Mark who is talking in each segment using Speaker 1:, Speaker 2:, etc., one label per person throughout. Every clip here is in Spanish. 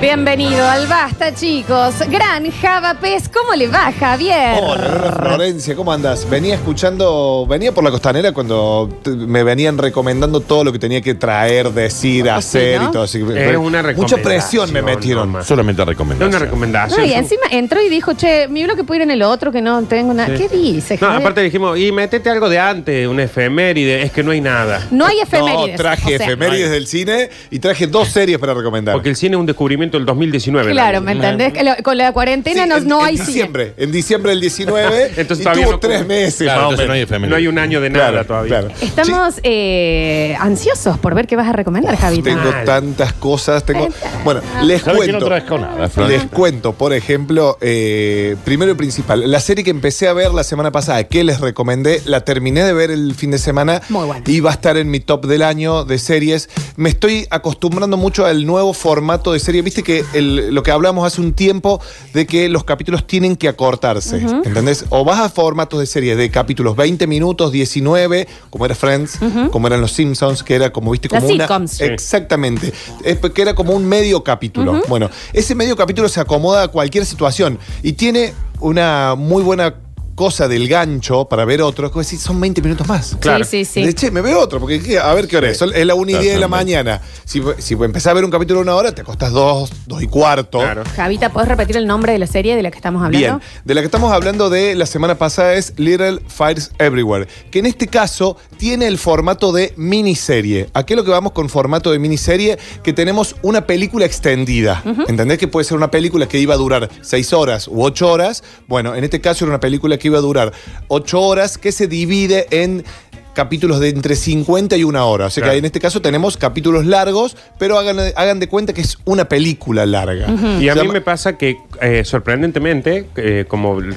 Speaker 1: Bienvenido al Basta, chicos. Gran Java Pez, ¿cómo le va, Javier?
Speaker 2: Hola, Florencia, ¿cómo andas? Venía escuchando, venía por la costanera cuando t- me venían recomendando todo lo que tenía que traer, decir, hacer
Speaker 1: Ah, ¿no?
Speaker 2: y todo. Así que-
Speaker 3: Es una
Speaker 2: mucha
Speaker 3: recomendación,
Speaker 2: presión me metieron.
Speaker 3: nomás.
Speaker 4: Solamente
Speaker 3: Es una
Speaker 4: recomendación.
Speaker 3: recomendación.
Speaker 1: No, y encima entró y dijo, che, mi bloque puede ir en el otro, que no tengo nada. ¿Qué dice,
Speaker 3: No,
Speaker 1: Javier?
Speaker 3: aparte dijimos, y métete algo de antes, una efeméride, es que no hay nada.
Speaker 1: No hay efemérides.
Speaker 2: No, traje
Speaker 1: o sea,
Speaker 2: efemérides del cine y traje dos series para recomendar.
Speaker 3: Porque el cine es un descubrimiento del 2019.
Speaker 1: Claro,
Speaker 3: ¿no?
Speaker 1: ¿me entendés? Que lo- Con la
Speaker 2: Sí,
Speaker 1: cuarentena no,
Speaker 2: en-
Speaker 1: no
Speaker 2: en
Speaker 1: hay cine.
Speaker 2: diciembre, En diciembre del 19
Speaker 3: Entonces
Speaker 2: y
Speaker 3: todavía
Speaker 2: tuvo
Speaker 3: no-
Speaker 2: tres meses
Speaker 4: Claro,
Speaker 2: más o
Speaker 4: entonces no hay
Speaker 2: menos.
Speaker 4: efemérides.
Speaker 3: No hay un año de nada
Speaker 2: Claro,
Speaker 3: todavía.
Speaker 2: claro.
Speaker 1: Estamos eh, ansiosos por ver qué vas a recomendar, Javi.
Speaker 2: Tengo
Speaker 3: Mal.
Speaker 2: tantas cosas. Tengo... Bueno, les
Speaker 4: ¿Sabe que
Speaker 2: cuento.
Speaker 4: no trajo nada,
Speaker 2: Les
Speaker 4: Florencia?
Speaker 2: cuento, por ejemplo, eh, primero y principal, la serie que empecé a ver la semana pasada, que les recomendé, la terminé de ver el fin de semana
Speaker 1: Muy buena.
Speaker 2: y va a estar en mi top del año de series. Me estoy acostumbrando mucho al nuevo formato de serie. Viste que el- lo que hablamos hace un tiempo de que los capítulos tienen que acortarse, ¿entendés? O vas a formatos de series de capítulos 20 minutos, 19, como era Friends, como eran Los Simpsons, que era como, viste,
Speaker 1: Las
Speaker 2: como una...
Speaker 1: sitcoms. Sí.
Speaker 2: Exactamente. Es que era como un medio capítulo. Bueno, ese medio capítulo se acomoda a cualquier situación y tiene una muy buena cosa del gancho para ver otro. Es como decir, son 20 minutos más.
Speaker 3: Claro.
Speaker 1: Sí, sí,
Speaker 2: De,
Speaker 1: sí.
Speaker 2: che, me veo otro, porque ¿qué? a ver qué hora es. Son- Es la 1 y 10 de la mañana. Si, si empezás a ver un capítulo de una hora, te acostás dos, dos y cuarto.
Speaker 3: Claro.
Speaker 1: Javita, ¿puedes repetir el nombre de la serie de la que estamos hablando?
Speaker 2: Bien, de la que estamos hablando de la semana pasada es Little Fires Everywhere, que en este caso tiene el formato de miniserie. Aquí lo que vamos con formato de miniserie, que tenemos una película extendida. ¿Entendés que puede ser una película que iba a durar seis horas u ocho horas? Bueno, en este caso era una película que iba a durar ocho horas, que se divide en capítulos de entre 50 y una hora. O sea
Speaker 3: Claro.
Speaker 2: que en este caso tenemos capítulos largos, pero hagan, hagan de cuenta que es una película larga.
Speaker 1: Mm.
Speaker 3: Y a
Speaker 2: Se
Speaker 3: mí
Speaker 2: llama-
Speaker 3: me pasa que, eh, sorprendentemente, eh, como l-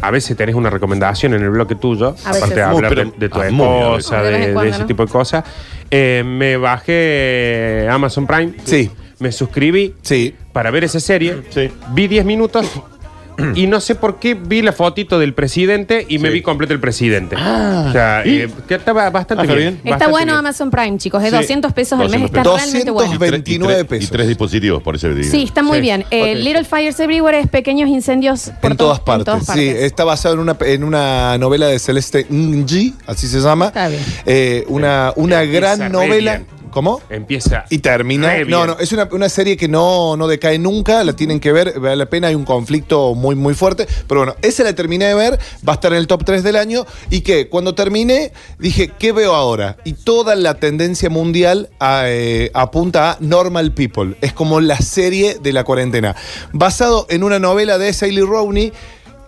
Speaker 3: a veces tenés una recomendación en el bloque tuyo,
Speaker 1: A veces.
Speaker 3: aparte de
Speaker 4: Muy,
Speaker 3: hablar
Speaker 4: pero-
Speaker 3: de, de tu
Speaker 4: ah, muy bien, a veces.
Speaker 3: esposa,
Speaker 1: De vez en
Speaker 3: de, de
Speaker 1: cuando,
Speaker 3: ese
Speaker 1: ¿no?
Speaker 3: tipo de cosas, eh, me bajé Amazon Prime.
Speaker 2: Sí.
Speaker 3: Me suscribí.
Speaker 2: Sí.
Speaker 3: para ver esa serie.
Speaker 4: Sí.
Speaker 3: Vi 10 minutos y no sé por qué vi la fotito del presidente y me vi completo el presidente.
Speaker 2: Ah,
Speaker 3: o sea, eh, que estaba bastante
Speaker 4: Ah, está
Speaker 3: bien.
Speaker 4: bien.
Speaker 3: bastante
Speaker 1: Está bueno
Speaker 3: bien.
Speaker 1: Amazon Prime, chicos. Es
Speaker 4: Sí.
Speaker 1: 200 pesos al mes.
Speaker 4: 200
Speaker 1: Está
Speaker 2: pesos.
Speaker 1: realmente bueno.
Speaker 4: Y tre- y
Speaker 2: 29
Speaker 4: tre-
Speaker 2: pesos.
Speaker 4: Y tres dispositivos, por eso digo.
Speaker 1: Sí, está muy
Speaker 3: Sí.
Speaker 1: bien. Eh,
Speaker 3: Ok.
Speaker 1: Little Fires Everywhere es pequeños incendios por
Speaker 2: en,
Speaker 1: todo-
Speaker 2: todas partes. Sí, está basado en una, en una novela de Celeste Ng, así se llama.
Speaker 1: Está bien.
Speaker 2: Eh, una una
Speaker 3: Empieza re
Speaker 2: gran novela.
Speaker 3: bien.
Speaker 2: ¿Cómo?
Speaker 3: Empieza.
Speaker 2: Y termina.
Speaker 3: re
Speaker 2: No,
Speaker 3: bien.
Speaker 2: no, es una, una serie que no, no decae nunca, la tienen que ver, vale la pena, hay un conflicto muy, muy fuerte. Pero bueno, esa la terminé de ver, va a estar en el top 3 del año. Y que cuando terminé, dije, ¿qué veo ahora? Y toda la tendencia mundial a, eh, apunta a Normal People. Es como la serie de la cuarentena. Basado en una novela de Sally Rowney,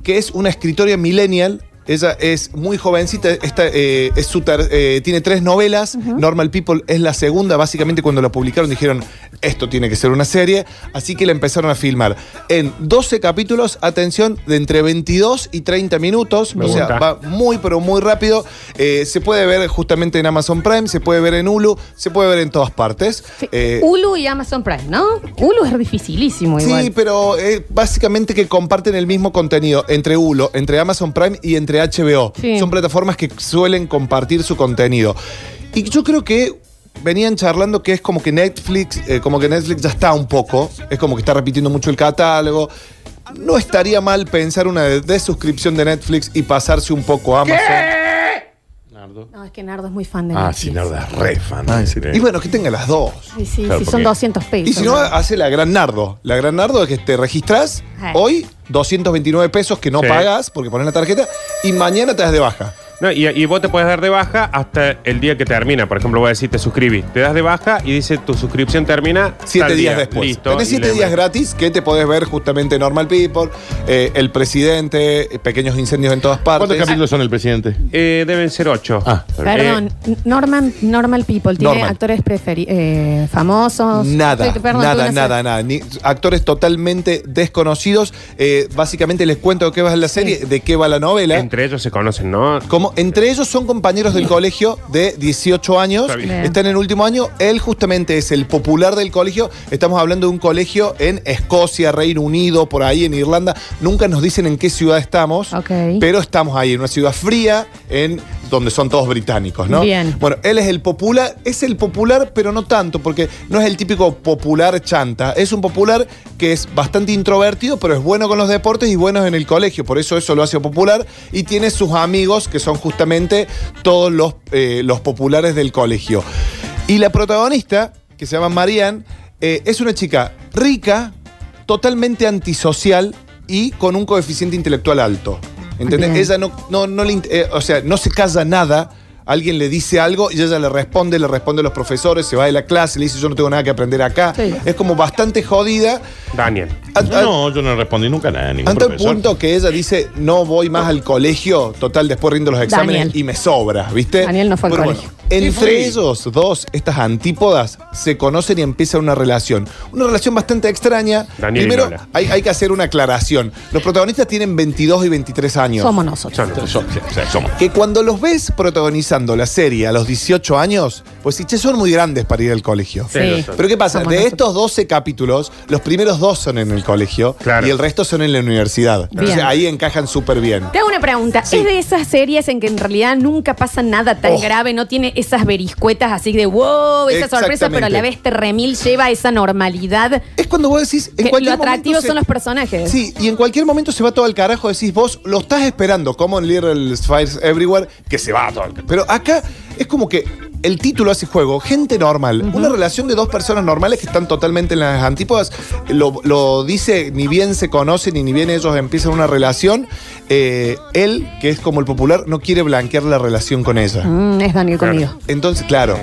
Speaker 2: que es una escritora millennial. Ella es muy jovencita, esta, eh, es su ter- eh, tiene tres novelas, Normal People es la segunda, básicamente cuando la publicaron dijeron, esto tiene que ser una serie, así que la empezaron a filmar. En 12 capítulos, atención, de entre 22 y 30 minutos,
Speaker 3: Me
Speaker 2: o sea,
Speaker 3: gusta.
Speaker 2: va muy pero muy rápido, Eh, se puede ver justamente en Amazon Prime, se puede ver en Hulu, se puede ver en todas partes. Eh,
Speaker 1: Hulu y Amazon Prime, ¿no? Hulu es dificilísimo igual.
Speaker 2: Sí, pero eh, básicamente que comparten el mismo contenido entre Hulu, entre Amazon Prime y entre HBO.
Speaker 1: Sí.
Speaker 2: Son plataformas que suelen compartir su contenido. Y yo creo que venían charlando que es como que Netflix, eh, como que Netflix ya está un poco, es como que está repitiendo mucho el catálogo. No estaría mal pensar una desuscripción de Netflix y pasarse un poco a Amazon.
Speaker 1: No, es que Nardo es muy fan de
Speaker 4: Ah,
Speaker 1: Netflix.
Speaker 4: sí, nada, re fan. Sí.
Speaker 2: Y bueno, que tenga las dos.
Speaker 1: Sí, sí,
Speaker 4: Claro,
Speaker 1: sí, son
Speaker 4: porque-
Speaker 1: 200 pesos.
Speaker 2: Y si no, ah, hace la Gran Nardo. La Gran Nardo es que te registras
Speaker 1: Ah.
Speaker 2: hoy 229 pesos que no
Speaker 3: Sí.
Speaker 2: pagas porque pones la tarjeta y mañana te das de baja.
Speaker 3: No, y, y vos te puedes dar de baja hasta el día que termina. Por ejemplo, voy a decir, te suscribí. Te das de baja y dice, tu suscripción termina
Speaker 2: Siete
Speaker 3: tal
Speaker 2: días
Speaker 3: día.
Speaker 2: después.
Speaker 3: Listo.
Speaker 2: Tenés
Speaker 3: y
Speaker 2: siete
Speaker 3: le-
Speaker 2: días gratis que te podés ver justamente Normal People, eh, El Presidente, eh, Pequeños Incendios en todas
Speaker 4: ¿Cuántos
Speaker 2: partes.
Speaker 4: capítulos son el presidente?
Speaker 3: Eh, deben ser ocho.
Speaker 4: Ah,
Speaker 3: Eh,
Speaker 5: Perdón, Norman, Normal People tiene
Speaker 2: Normal.
Speaker 5: actores preferi- eh, famosos.
Speaker 2: Nada,
Speaker 5: Estoy- perdón, tuve
Speaker 2: nada,
Speaker 5: una
Speaker 2: nada,
Speaker 5: sed.
Speaker 2: nada. Ni- actores totalmente desconocidos. Eh, básicamente les cuento de qué va la serie, de qué va la novela.
Speaker 3: entre ellos se conocen, ¿no?
Speaker 2: Como entre ellos son compañeros del colegio de 18 años,
Speaker 3: Está bien.
Speaker 5: Bien.
Speaker 2: están en el último año, él justamente es el popular del colegio, estamos hablando de un colegio en Escocia, Reino Unido, por ahí en Irlanda, nunca nos dicen en qué ciudad estamos,
Speaker 5: Ok.
Speaker 2: pero estamos ahí, en una ciudad fría, en donde son todos británicos, ¿no?
Speaker 5: Bien.
Speaker 2: Bueno, él es el popular, es el popular, pero no tanto, porque no es el típico popular chanta, es un popular que es bastante introvertido, pero es bueno con los deportes y bueno en el colegio, por eso eso lo hace popular, y tiene sus amigos, que son justamente todos los, eh, los populares del colegio. Y la protagonista, que se llama Marianne, eh, es una chica rica, totalmente antisocial y con un coeficiente intelectual alto. ¿Entendés?
Speaker 5: Bien.
Speaker 2: Ella no, no, no le int- eh, o sea, no se calla nada. Alguien le dice algo y ella le responde, le responde a los profesores, se va de la clase, le dice yo no tengo nada que aprender acá.
Speaker 5: Sí.
Speaker 2: Es como bastante jodida.
Speaker 3: Daniel.
Speaker 2: A- a-
Speaker 4: No, yo no respondí nunca nada. a ningún
Speaker 2: Ah, hasta el
Speaker 4: profesor.
Speaker 2: punto que ella dice, no voy más al colegio, total, después rindo los exámenes
Speaker 5: Daniel.
Speaker 2: y me sobra, ¿viste?
Speaker 5: Daniel no fue al colegio.
Speaker 2: entre ellos dos, estas antípodas, se conocen y empiezan una relación. Una relación bastante extraña.
Speaker 3: Daniel y
Speaker 2: Primero,
Speaker 3: Lola.
Speaker 2: hay, hay que hacer una aclaración. Los protagonistas tienen 22 y 23 años.
Speaker 5: Somos nosotros.
Speaker 3: Son-
Speaker 4: So- o sea, somos.
Speaker 2: Que cuando los ves protagonizando la serie a los 18 años, pues sí, che, son muy grandes para ir al colegio.
Speaker 3: ellos
Speaker 2: Pero ¿qué pasa?
Speaker 5: Somos
Speaker 2: De
Speaker 5: nosotros.
Speaker 2: estos 12 capítulos, los primeros dos son en el colegio
Speaker 3: Claro.
Speaker 2: y el resto son en la universidad. Entonces
Speaker 5: Bien.
Speaker 2: ahí encajan súper bien.
Speaker 5: Te hago una pregunta.
Speaker 2: Sí.
Speaker 5: ¿Es de esas series en que en realidad nunca pasa nada tan
Speaker 2: Oh.
Speaker 5: grave? ¿No tiene esas veriscuetas así de wow, esa sorpresa, pero a la
Speaker 2: Exactamente.
Speaker 5: vez te remil lleva esa normalidad?
Speaker 2: Es cuando vos decís, en
Speaker 5: Que lo
Speaker 2: cualquier
Speaker 5: atractivo
Speaker 2: momento se-
Speaker 5: son los personajes.
Speaker 2: Sí, y en cualquier momento se va todo al carajo, decís vos, lo estás esperando, como en Little Fires Everywhere, que se va todo al carajo. Pero acá es como que el título hace juego, gente normal, una relación de dos personas normales que están totalmente en las antípodas, lo, lo dice, ni bien se conocen y ni bien ellos empiezan una relación, eh, él, que es como el popular, no quiere blanquear la relación con ella.
Speaker 5: Mm, es Daniel
Speaker 3: Claro.
Speaker 5: conmigo.
Speaker 2: Entonces, claro.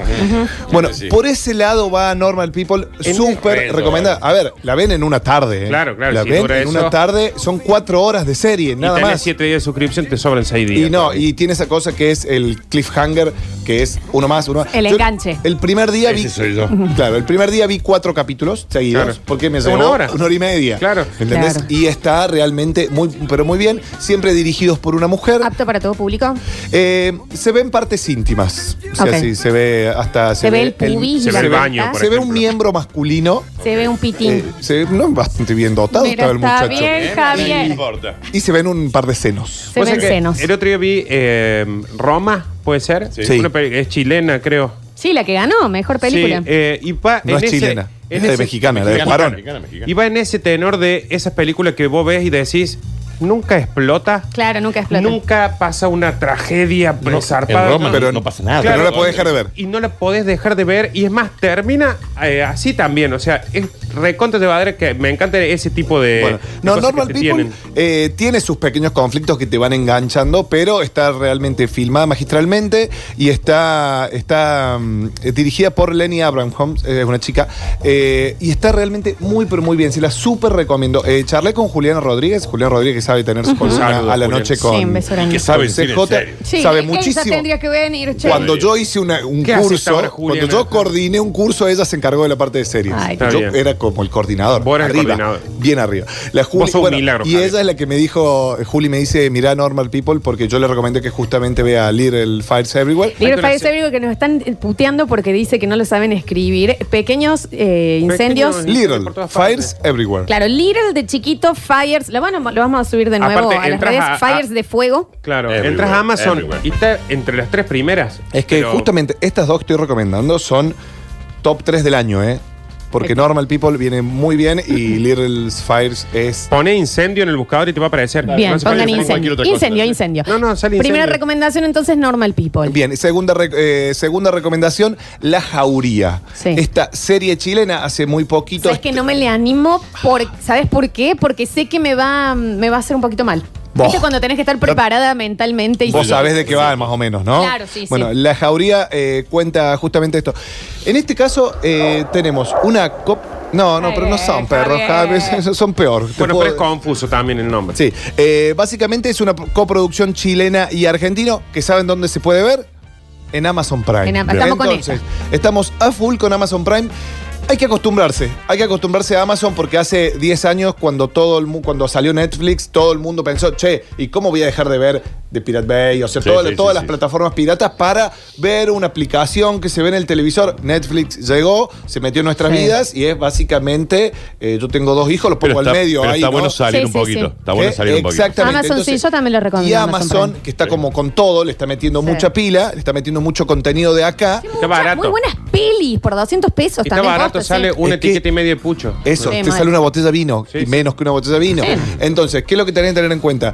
Speaker 2: Bueno,
Speaker 4: Sí.
Speaker 2: por ese lado va Normal People,
Speaker 3: En
Speaker 2: súper
Speaker 3: redes,
Speaker 2: recomendada. A ver, la ven en una tarde. ¿eh?
Speaker 3: Claro, claro,
Speaker 2: La
Speaker 3: si
Speaker 2: ven
Speaker 3: dura
Speaker 2: en
Speaker 3: eso.
Speaker 2: una tarde, son cuatro horas de serie,
Speaker 3: Y
Speaker 2: nada
Speaker 3: tenés
Speaker 2: más.
Speaker 3: siete días de suscripción, te sobran seis días.
Speaker 2: Y no, y tiene esa cosa que es el cliffhanger, que es uno más, uno más.
Speaker 5: El enganche.
Speaker 2: El primer día vi.
Speaker 4: Ese soy yo.
Speaker 2: Claro, el primer día vi cuatro capítulos seguidos,
Speaker 3: Claro.
Speaker 2: porque me
Speaker 3: Una
Speaker 2: llevó
Speaker 3: hora.
Speaker 2: y media.
Speaker 3: Claro.
Speaker 2: ¿Entendés?
Speaker 5: Claro.
Speaker 2: Y está realmente muy, pero muy bien, siempre dirigidos por una mujer.
Speaker 5: ¿Apto para todo público?
Speaker 2: Eh, se ven partes íntimas. O sea,
Speaker 5: Ok.
Speaker 2: sí, se ve hasta.
Speaker 5: Se ve el pubis
Speaker 3: se
Speaker 5: y
Speaker 3: ve
Speaker 5: la
Speaker 3: el
Speaker 5: nota.
Speaker 3: baño, por
Speaker 2: se ve un
Speaker 3: ejemplo.
Speaker 2: miembro masculino.
Speaker 5: Se ve un pitín.
Speaker 2: eh, se ve no, bastante bien dotado
Speaker 5: Mira,
Speaker 2: estaba el
Speaker 5: está
Speaker 2: muchacho.
Speaker 5: bien,
Speaker 4: No
Speaker 5: Javier.
Speaker 4: importa.
Speaker 2: Y se ven un par de senos.
Speaker 5: Se
Speaker 3: Vos
Speaker 5: ven
Speaker 3: sabés que
Speaker 5: senos.
Speaker 3: El otro día vi eh, Roma, ¿puede ser?
Speaker 2: Sí.
Speaker 3: Una peli- es chilena, creo.
Speaker 5: Sí, la que ganó, mejor película.
Speaker 3: Sí, eh, y va
Speaker 2: No
Speaker 3: en
Speaker 2: es
Speaker 3: ese-
Speaker 2: chilena,
Speaker 3: en
Speaker 2: es de
Speaker 3: ese-
Speaker 2: mexicana, la de
Speaker 4: Mexicana,
Speaker 2: Cuarón.
Speaker 4: mexicana, mexicana.
Speaker 3: Y va en ese tenor de esas películas que vos ves y decís, nunca explota.
Speaker 5: Claro, nunca explota.
Speaker 3: Nunca pasa una tragedia
Speaker 4: No,
Speaker 3: zarpada.
Speaker 4: en Roma
Speaker 3: No.
Speaker 4: pero no pasa nada.
Speaker 2: Pero
Speaker 3: Claro.
Speaker 2: no la podés dejar de ver.
Speaker 3: Y no la podés dejar de ver. Y es más, termina eh, así también. O sea, es recontra llevadera que me encanta ese tipo Eh, de.
Speaker 2: Bueno,
Speaker 3: de
Speaker 2: no,
Speaker 3: cosas que
Speaker 2: Normal
Speaker 3: te
Speaker 2: People
Speaker 3: tienen.
Speaker 2: eh, tiene sus pequeños conflictos que te van enganchando, pero está realmente filmada magistralmente y está, está mm, eh, dirigida por Lenny Abraham, es una chica, eh, y está realmente muy, pero muy bien. Se la súper recomiendo. Eh, charlé con Juliana Rodríguez, Juliana Rodríguez sabe tener su columna
Speaker 3: Saludos,
Speaker 2: a la
Speaker 3: Julián.
Speaker 2: noche
Speaker 5: Sí, un
Speaker 2: con,
Speaker 5: beso grande.
Speaker 4: Y que sabe
Speaker 2: sabe
Speaker 4: decir en
Speaker 2: CJ,
Speaker 4: serio.
Speaker 1: Sí,
Speaker 2: sabe
Speaker 1: ella
Speaker 2: muchísimo.
Speaker 1: tendría que venir, che.
Speaker 2: Cuando yo hice una- un
Speaker 3: ¿Qué hace esta
Speaker 2: curso,
Speaker 3: hora, Julián,
Speaker 2: cuando yo
Speaker 3: Alejandro?
Speaker 2: coordiné un curso, ella se encargó de la parte de series.
Speaker 5: Ay,
Speaker 3: Está
Speaker 2: yo
Speaker 3: bien.
Speaker 2: era como el coordinador.
Speaker 3: Vos eras el
Speaker 2: arriba,
Speaker 3: coordinador.
Speaker 2: Bien arriba. La Juli,
Speaker 3: Vos sos un
Speaker 2: bueno,
Speaker 3: milagro,
Speaker 2: y
Speaker 3: Javier.
Speaker 2: ella es la que me dijo, Juli me dice, mirá Normal People, porque yo le recomendé que justamente vea Little Fires Everywhere.
Speaker 5: Little
Speaker 3: Hay que
Speaker 5: Fires
Speaker 3: hacer-
Speaker 5: Everywhere que nos están eh, puteando porque dice que no lo saben escribir. Pequeños eh, incendios.
Speaker 3: Pequeños-
Speaker 2: Little
Speaker 3: Por todas partes.
Speaker 2: Fires Everywhere.
Speaker 5: Claro, Little de chiquito, Fires. Lo, van a- lo vamos a subir de nuevo
Speaker 3: Aparte,
Speaker 5: a las
Speaker 3: entras
Speaker 5: redes.
Speaker 3: a- a-
Speaker 5: fires de fuego.
Speaker 3: Claro,
Speaker 4: Everywhere,
Speaker 3: entras a Amazon
Speaker 4: everywhere.
Speaker 3: y está entre las tres primeras.
Speaker 2: Es que
Speaker 3: Pero-
Speaker 2: justamente estas dos que estoy recomendando son top 3 del año, ¿eh? Porque Normal People viene muy bien y Little Fires es...
Speaker 3: Pone incendio en el buscador y te va a aparecer.
Speaker 5: Bien,
Speaker 3: No se
Speaker 5: pongan
Speaker 3: vaya,
Speaker 4: pongan
Speaker 5: incendio.
Speaker 4: cualquier otra cosa,
Speaker 5: Incendio,
Speaker 4: sí.
Speaker 5: incendio.
Speaker 3: No, no, sale
Speaker 5: Primera
Speaker 3: incendio.
Speaker 5: recomendación, entonces, Normal People.
Speaker 2: Bien, segunda, rec- eh, segunda recomendación, La Jauría.
Speaker 5: Sí.
Speaker 2: Esta serie chilena hace muy poquito...
Speaker 5: Sabes que no me le animo, por, ¿sabes por qué? Porque sé que me va, me va a hacer un poquito mal.
Speaker 2: Vos,
Speaker 5: ¿Viste cuando tenés que estar preparada mentalmente? Y
Speaker 2: vos sabés de qué va, más o menos, ¿no?
Speaker 5: Claro, sí, sí.
Speaker 2: Bueno, la jauría eh, cuenta justamente esto. En este caso, eh, tenemos una cop. No, no, pero no son perros,
Speaker 5: Javier.
Speaker 2: Javier, son peor. Te
Speaker 3: Bueno,
Speaker 2: puedo-
Speaker 3: pero es confuso también el nombre.
Speaker 2: Sí, eh, básicamente es una coproducción chilena y argentino que saben dónde se puede ver en Amazon Prime.
Speaker 1: En Am- estamos con
Speaker 2: Entonces, estamos a full con Amazon Prime. Hay que acostumbrarse, hay que acostumbrarse a Amazon porque hace 10 años cuando todo el mu- cuando salió Netflix, todo el mundo pensó, "Che, ¿y cómo voy a dejar de ver de Pirate Bay?" O sea,
Speaker 4: Sí,
Speaker 2: todas
Speaker 4: sí,
Speaker 2: las- todas
Speaker 4: sí,
Speaker 2: las
Speaker 4: sí.
Speaker 2: plataformas piratas para ver una aplicación que se ve en el televisor. Netflix llegó, se metió en nuestras
Speaker 5: Sí.
Speaker 2: vidas y es básicamente eh, yo tengo dos hijos, los pongo
Speaker 4: Pero está,
Speaker 2: al medio
Speaker 4: pero
Speaker 2: ahí,
Speaker 4: está
Speaker 2: ¿no?
Speaker 4: bueno salir
Speaker 5: Sí,
Speaker 4: un
Speaker 5: sí,
Speaker 4: poquito.
Speaker 5: sí.
Speaker 4: Está bueno
Speaker 2: ¿Eh?
Speaker 4: salir un poquito.
Speaker 2: Exactamente.
Speaker 5: Amazon, sí, yo también lo recomiendo
Speaker 2: Y
Speaker 5: Amazon
Speaker 2: Amazon,
Speaker 5: Prime.
Speaker 2: que está
Speaker 4: Sí.
Speaker 2: como con todo, le está metiendo
Speaker 1: Sí.
Speaker 2: mucha pila, le está metiendo mucho contenido de acá.
Speaker 5: Qué mucha-
Speaker 3: Está barato.
Speaker 5: Muy buenas pelis por 200 pesos
Speaker 3: Está
Speaker 5: también.
Speaker 3: barato,
Speaker 5: posta,
Speaker 3: sale
Speaker 5: sí.
Speaker 3: una
Speaker 2: Es que-
Speaker 3: etiqueta y media de pucho.
Speaker 2: Eso,
Speaker 5: Sí,
Speaker 2: te
Speaker 5: mal.
Speaker 2: sale una botella de vino,
Speaker 3: Sí,
Speaker 2: y
Speaker 3: sí.
Speaker 2: menos que una botella de vino. Entonces, ¿qué es lo que tenés que tener en cuenta?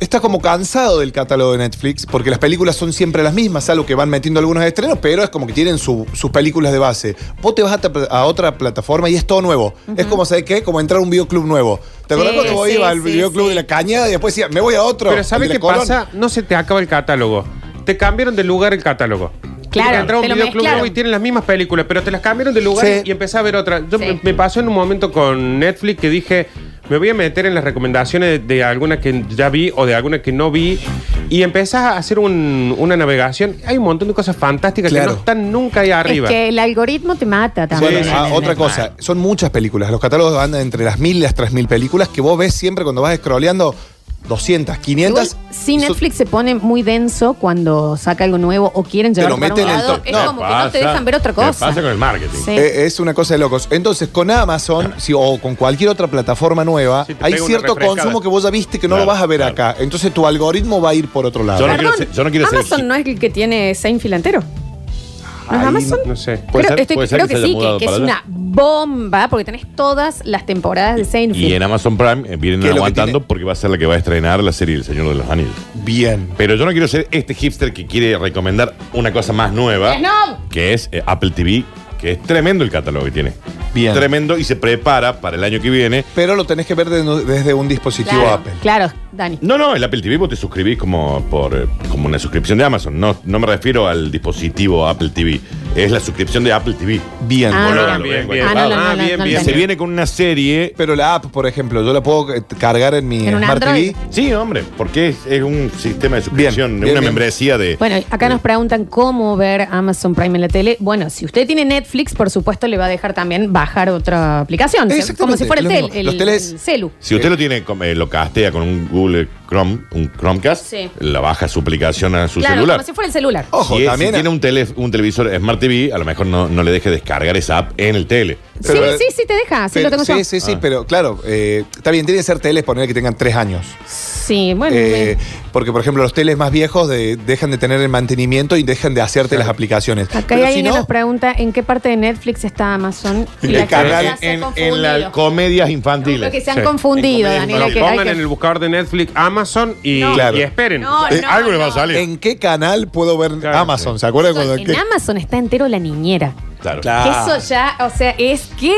Speaker 2: Estás como cansado del catálogo de Netflix, porque las películas son siempre las mismas, salvo que van metiendo algunos estrenos, pero es como que tienen su- sus películas de base. Vos te vas a, ta- a otra plataforma y es todo nuevo. Es como, ¿sabés qué? Como entrar a un videoclub nuevo. ¿Te acuerdas
Speaker 5: Sí,
Speaker 2: cuando vos
Speaker 5: sí,
Speaker 2: ibas al
Speaker 5: sí,
Speaker 2: videoclub
Speaker 5: sí.
Speaker 2: de la cañada y después decías, me voy a otro?
Speaker 3: Pero
Speaker 2: al
Speaker 3: ¿sabes
Speaker 2: de la
Speaker 3: qué
Speaker 2: Colón?
Speaker 3: pasa? No se te acaba el catálogo. Te cambiaron de lugar el catálogo.
Speaker 5: Claro,
Speaker 3: Te entraba
Speaker 5: te lo
Speaker 3: un videoclub
Speaker 5: mezclaron.
Speaker 3: nuevo y tienen las mismas películas, pero te las cambiaron de lugar
Speaker 2: Sí.
Speaker 3: y empecé a ver otra. Yo
Speaker 1: Sí.
Speaker 3: me- me pasó en un momento con Netflix que dije, me voy a meter en las recomendaciones de, algunas que ya vi o de algunas que no vi. Y empezás a hacer un- una navegación. Hay un montón de cosas fantásticas
Speaker 2: Claro.
Speaker 3: que no están nunca ahí arriba.
Speaker 5: Es que el algoritmo te mata también.
Speaker 2: Bueno, ah, otra cosa, son muchas películas. Los catálogos van entre las mil y las tres mil películas que vos ves siempre cuando vas scrolleando 200, 500.
Speaker 5: Igual, sí, Netflix se pone muy denso cuando saca algo nuevo o quieren
Speaker 2: Te lo
Speaker 5: llevarlo para un
Speaker 2: meten en el
Speaker 5: lado.
Speaker 2: top.
Speaker 5: Es
Speaker 2: No,
Speaker 5: como que no te dejan ver otra
Speaker 4: ¿Qué
Speaker 5: cosa.
Speaker 4: pasa con el marketing?
Speaker 5: Sí.
Speaker 2: Eh, es una cosa de locos. Entonces, con Amazon si- o con cualquier otra plataforma nueva,
Speaker 3: Sí, te
Speaker 2: hay
Speaker 3: pega una
Speaker 2: cierto
Speaker 3: refrescada.
Speaker 2: consumo que vos ya viste que no
Speaker 4: Claro,
Speaker 2: lo vas a ver
Speaker 4: claro.
Speaker 2: acá. Entonces, tu algoritmo va a ir por otro lado.
Speaker 4: Yo no quiero
Speaker 5: Perdón,
Speaker 4: ser- yo no quiero ser-
Speaker 5: Amazon no es el que tiene Seinfeld entero. ¿No es
Speaker 2: Ay,
Speaker 5: Amazon?
Speaker 3: No sé.
Speaker 4: Puede
Speaker 5: Creo,
Speaker 4: ser-
Speaker 5: estoy-
Speaker 4: puede ser
Speaker 5: creo
Speaker 4: que
Speaker 5: que,
Speaker 4: se haya
Speaker 5: sí, que,
Speaker 4: mudado
Speaker 5: que es
Speaker 4: para allá.
Speaker 5: una bomba, porque tenés todas las temporadas de Seinfeld.
Speaker 4: Y en Amazon Prime eh, vienen
Speaker 2: ¿Qué es lo que
Speaker 4: aguantando
Speaker 2: tiene?
Speaker 4: porque va a ser la que va a estrenar la serie El Señor de los Anillos.
Speaker 2: Bien.
Speaker 4: Pero yo no quiero ser este hipster que quiere recomendar una cosa más nueva, que es eh, Apple TV, que es tremendo el catálogo que tiene.
Speaker 2: Bien.
Speaker 4: Tremendo y se prepara para el año que viene.
Speaker 2: Pero lo tenés que ver de- desde un dispositivo
Speaker 5: claro,
Speaker 2: Apple.
Speaker 5: claro, Dani.
Speaker 4: No, no, el Apple TV vos te suscribís como por eh, como una suscripción de Amazon. No, no me refiero al dispositivo Apple TV. Es la suscripción de Apple TV.
Speaker 2: Bien.
Speaker 5: Ah,
Speaker 4: Boludo,
Speaker 5: no,
Speaker 4: lo
Speaker 5: no.
Speaker 4: veo en cualquier
Speaker 5: Ah, no,
Speaker 4: lado.
Speaker 5: no, no,
Speaker 3: Ah,
Speaker 5: no,
Speaker 3: bien,
Speaker 5: no,
Speaker 3: bien.
Speaker 5: no.
Speaker 4: Se viene con una serie.
Speaker 2: Pero la app, por ejemplo, yo la puedo eh, cargar en mi
Speaker 5: ¿En un
Speaker 2: Smart
Speaker 5: Android?
Speaker 2: TV.
Speaker 4: Sí, hombre, porque es, es un sistema de suscripción,
Speaker 2: Bien,
Speaker 4: una
Speaker 2: bien, bien.
Speaker 4: membresía de.
Speaker 5: Bueno, acá nos preguntan cómo ver Amazon Prime en la tele. Bueno, si usted tiene Netflix, por supuesto le va a dejar también bajar otra aplicación. O sea,
Speaker 2: Exactamente,
Speaker 5: Como si fuera el,
Speaker 2: lo
Speaker 5: tel,
Speaker 2: mismo.
Speaker 5: el,
Speaker 2: Los teles-
Speaker 5: el celu.
Speaker 4: Si usted lo tiene, como, eh, lo castea con un Google Chrome, un Chromecast,
Speaker 5: Sí.
Speaker 4: la baja su aplicación a su
Speaker 5: Claro,
Speaker 4: celular.
Speaker 5: como si fuera el celular.
Speaker 2: Ojo,
Speaker 4: si, es- si
Speaker 2: también.
Speaker 4: tiene un, tele, un televisor Smart TV, a lo mejor no, no le deje descargar esa app en el tele.
Speaker 5: sí,
Speaker 2: pero-
Speaker 5: sí, sí, te deja. Sí,
Speaker 2: pero-
Speaker 5: lo tengo
Speaker 2: sí,
Speaker 5: yo.
Speaker 2: sí, sí, pero claro, eh, está bien, tiene que ser teles, poner que tengan tres años.
Speaker 5: Sí, bueno.
Speaker 2: Eh,
Speaker 5: eh,
Speaker 2: porque, por ejemplo, los teles más viejos de- dejan de tener el mantenimiento y dejan de hacerte las aplicaciones.
Speaker 5: Acá hay
Speaker 2: Pero si
Speaker 5: alguien que
Speaker 2: no,
Speaker 5: nos pregunta en qué parte de Netflix está Amazon. Y
Speaker 2: El
Speaker 5: la gente
Speaker 2: canal
Speaker 5: ya se ha
Speaker 4: en,
Speaker 5: confundido.
Speaker 4: en las comedias infantiles.
Speaker 5: Creo que se han
Speaker 3: Sí.
Speaker 5: confundido,
Speaker 4: En
Speaker 5: Daniela.
Speaker 4: comedia
Speaker 5: Que hay
Speaker 3: Pongan
Speaker 5: que-
Speaker 3: en el buscador de Netflix Amazon y,
Speaker 5: No.
Speaker 2: Claro.
Speaker 3: y esperen.
Speaker 5: No,
Speaker 4: Eh, algo le va a
Speaker 5: no.
Speaker 4: salir.
Speaker 2: ¿en qué canal puedo ver
Speaker 3: Claro,
Speaker 2: Amazon? ¿Se acuerdan cuando
Speaker 5: En
Speaker 2: que- Ah.
Speaker 5: Amazon está entero la niñera.
Speaker 4: Claro.
Speaker 5: Que Eso ya, o sea, es que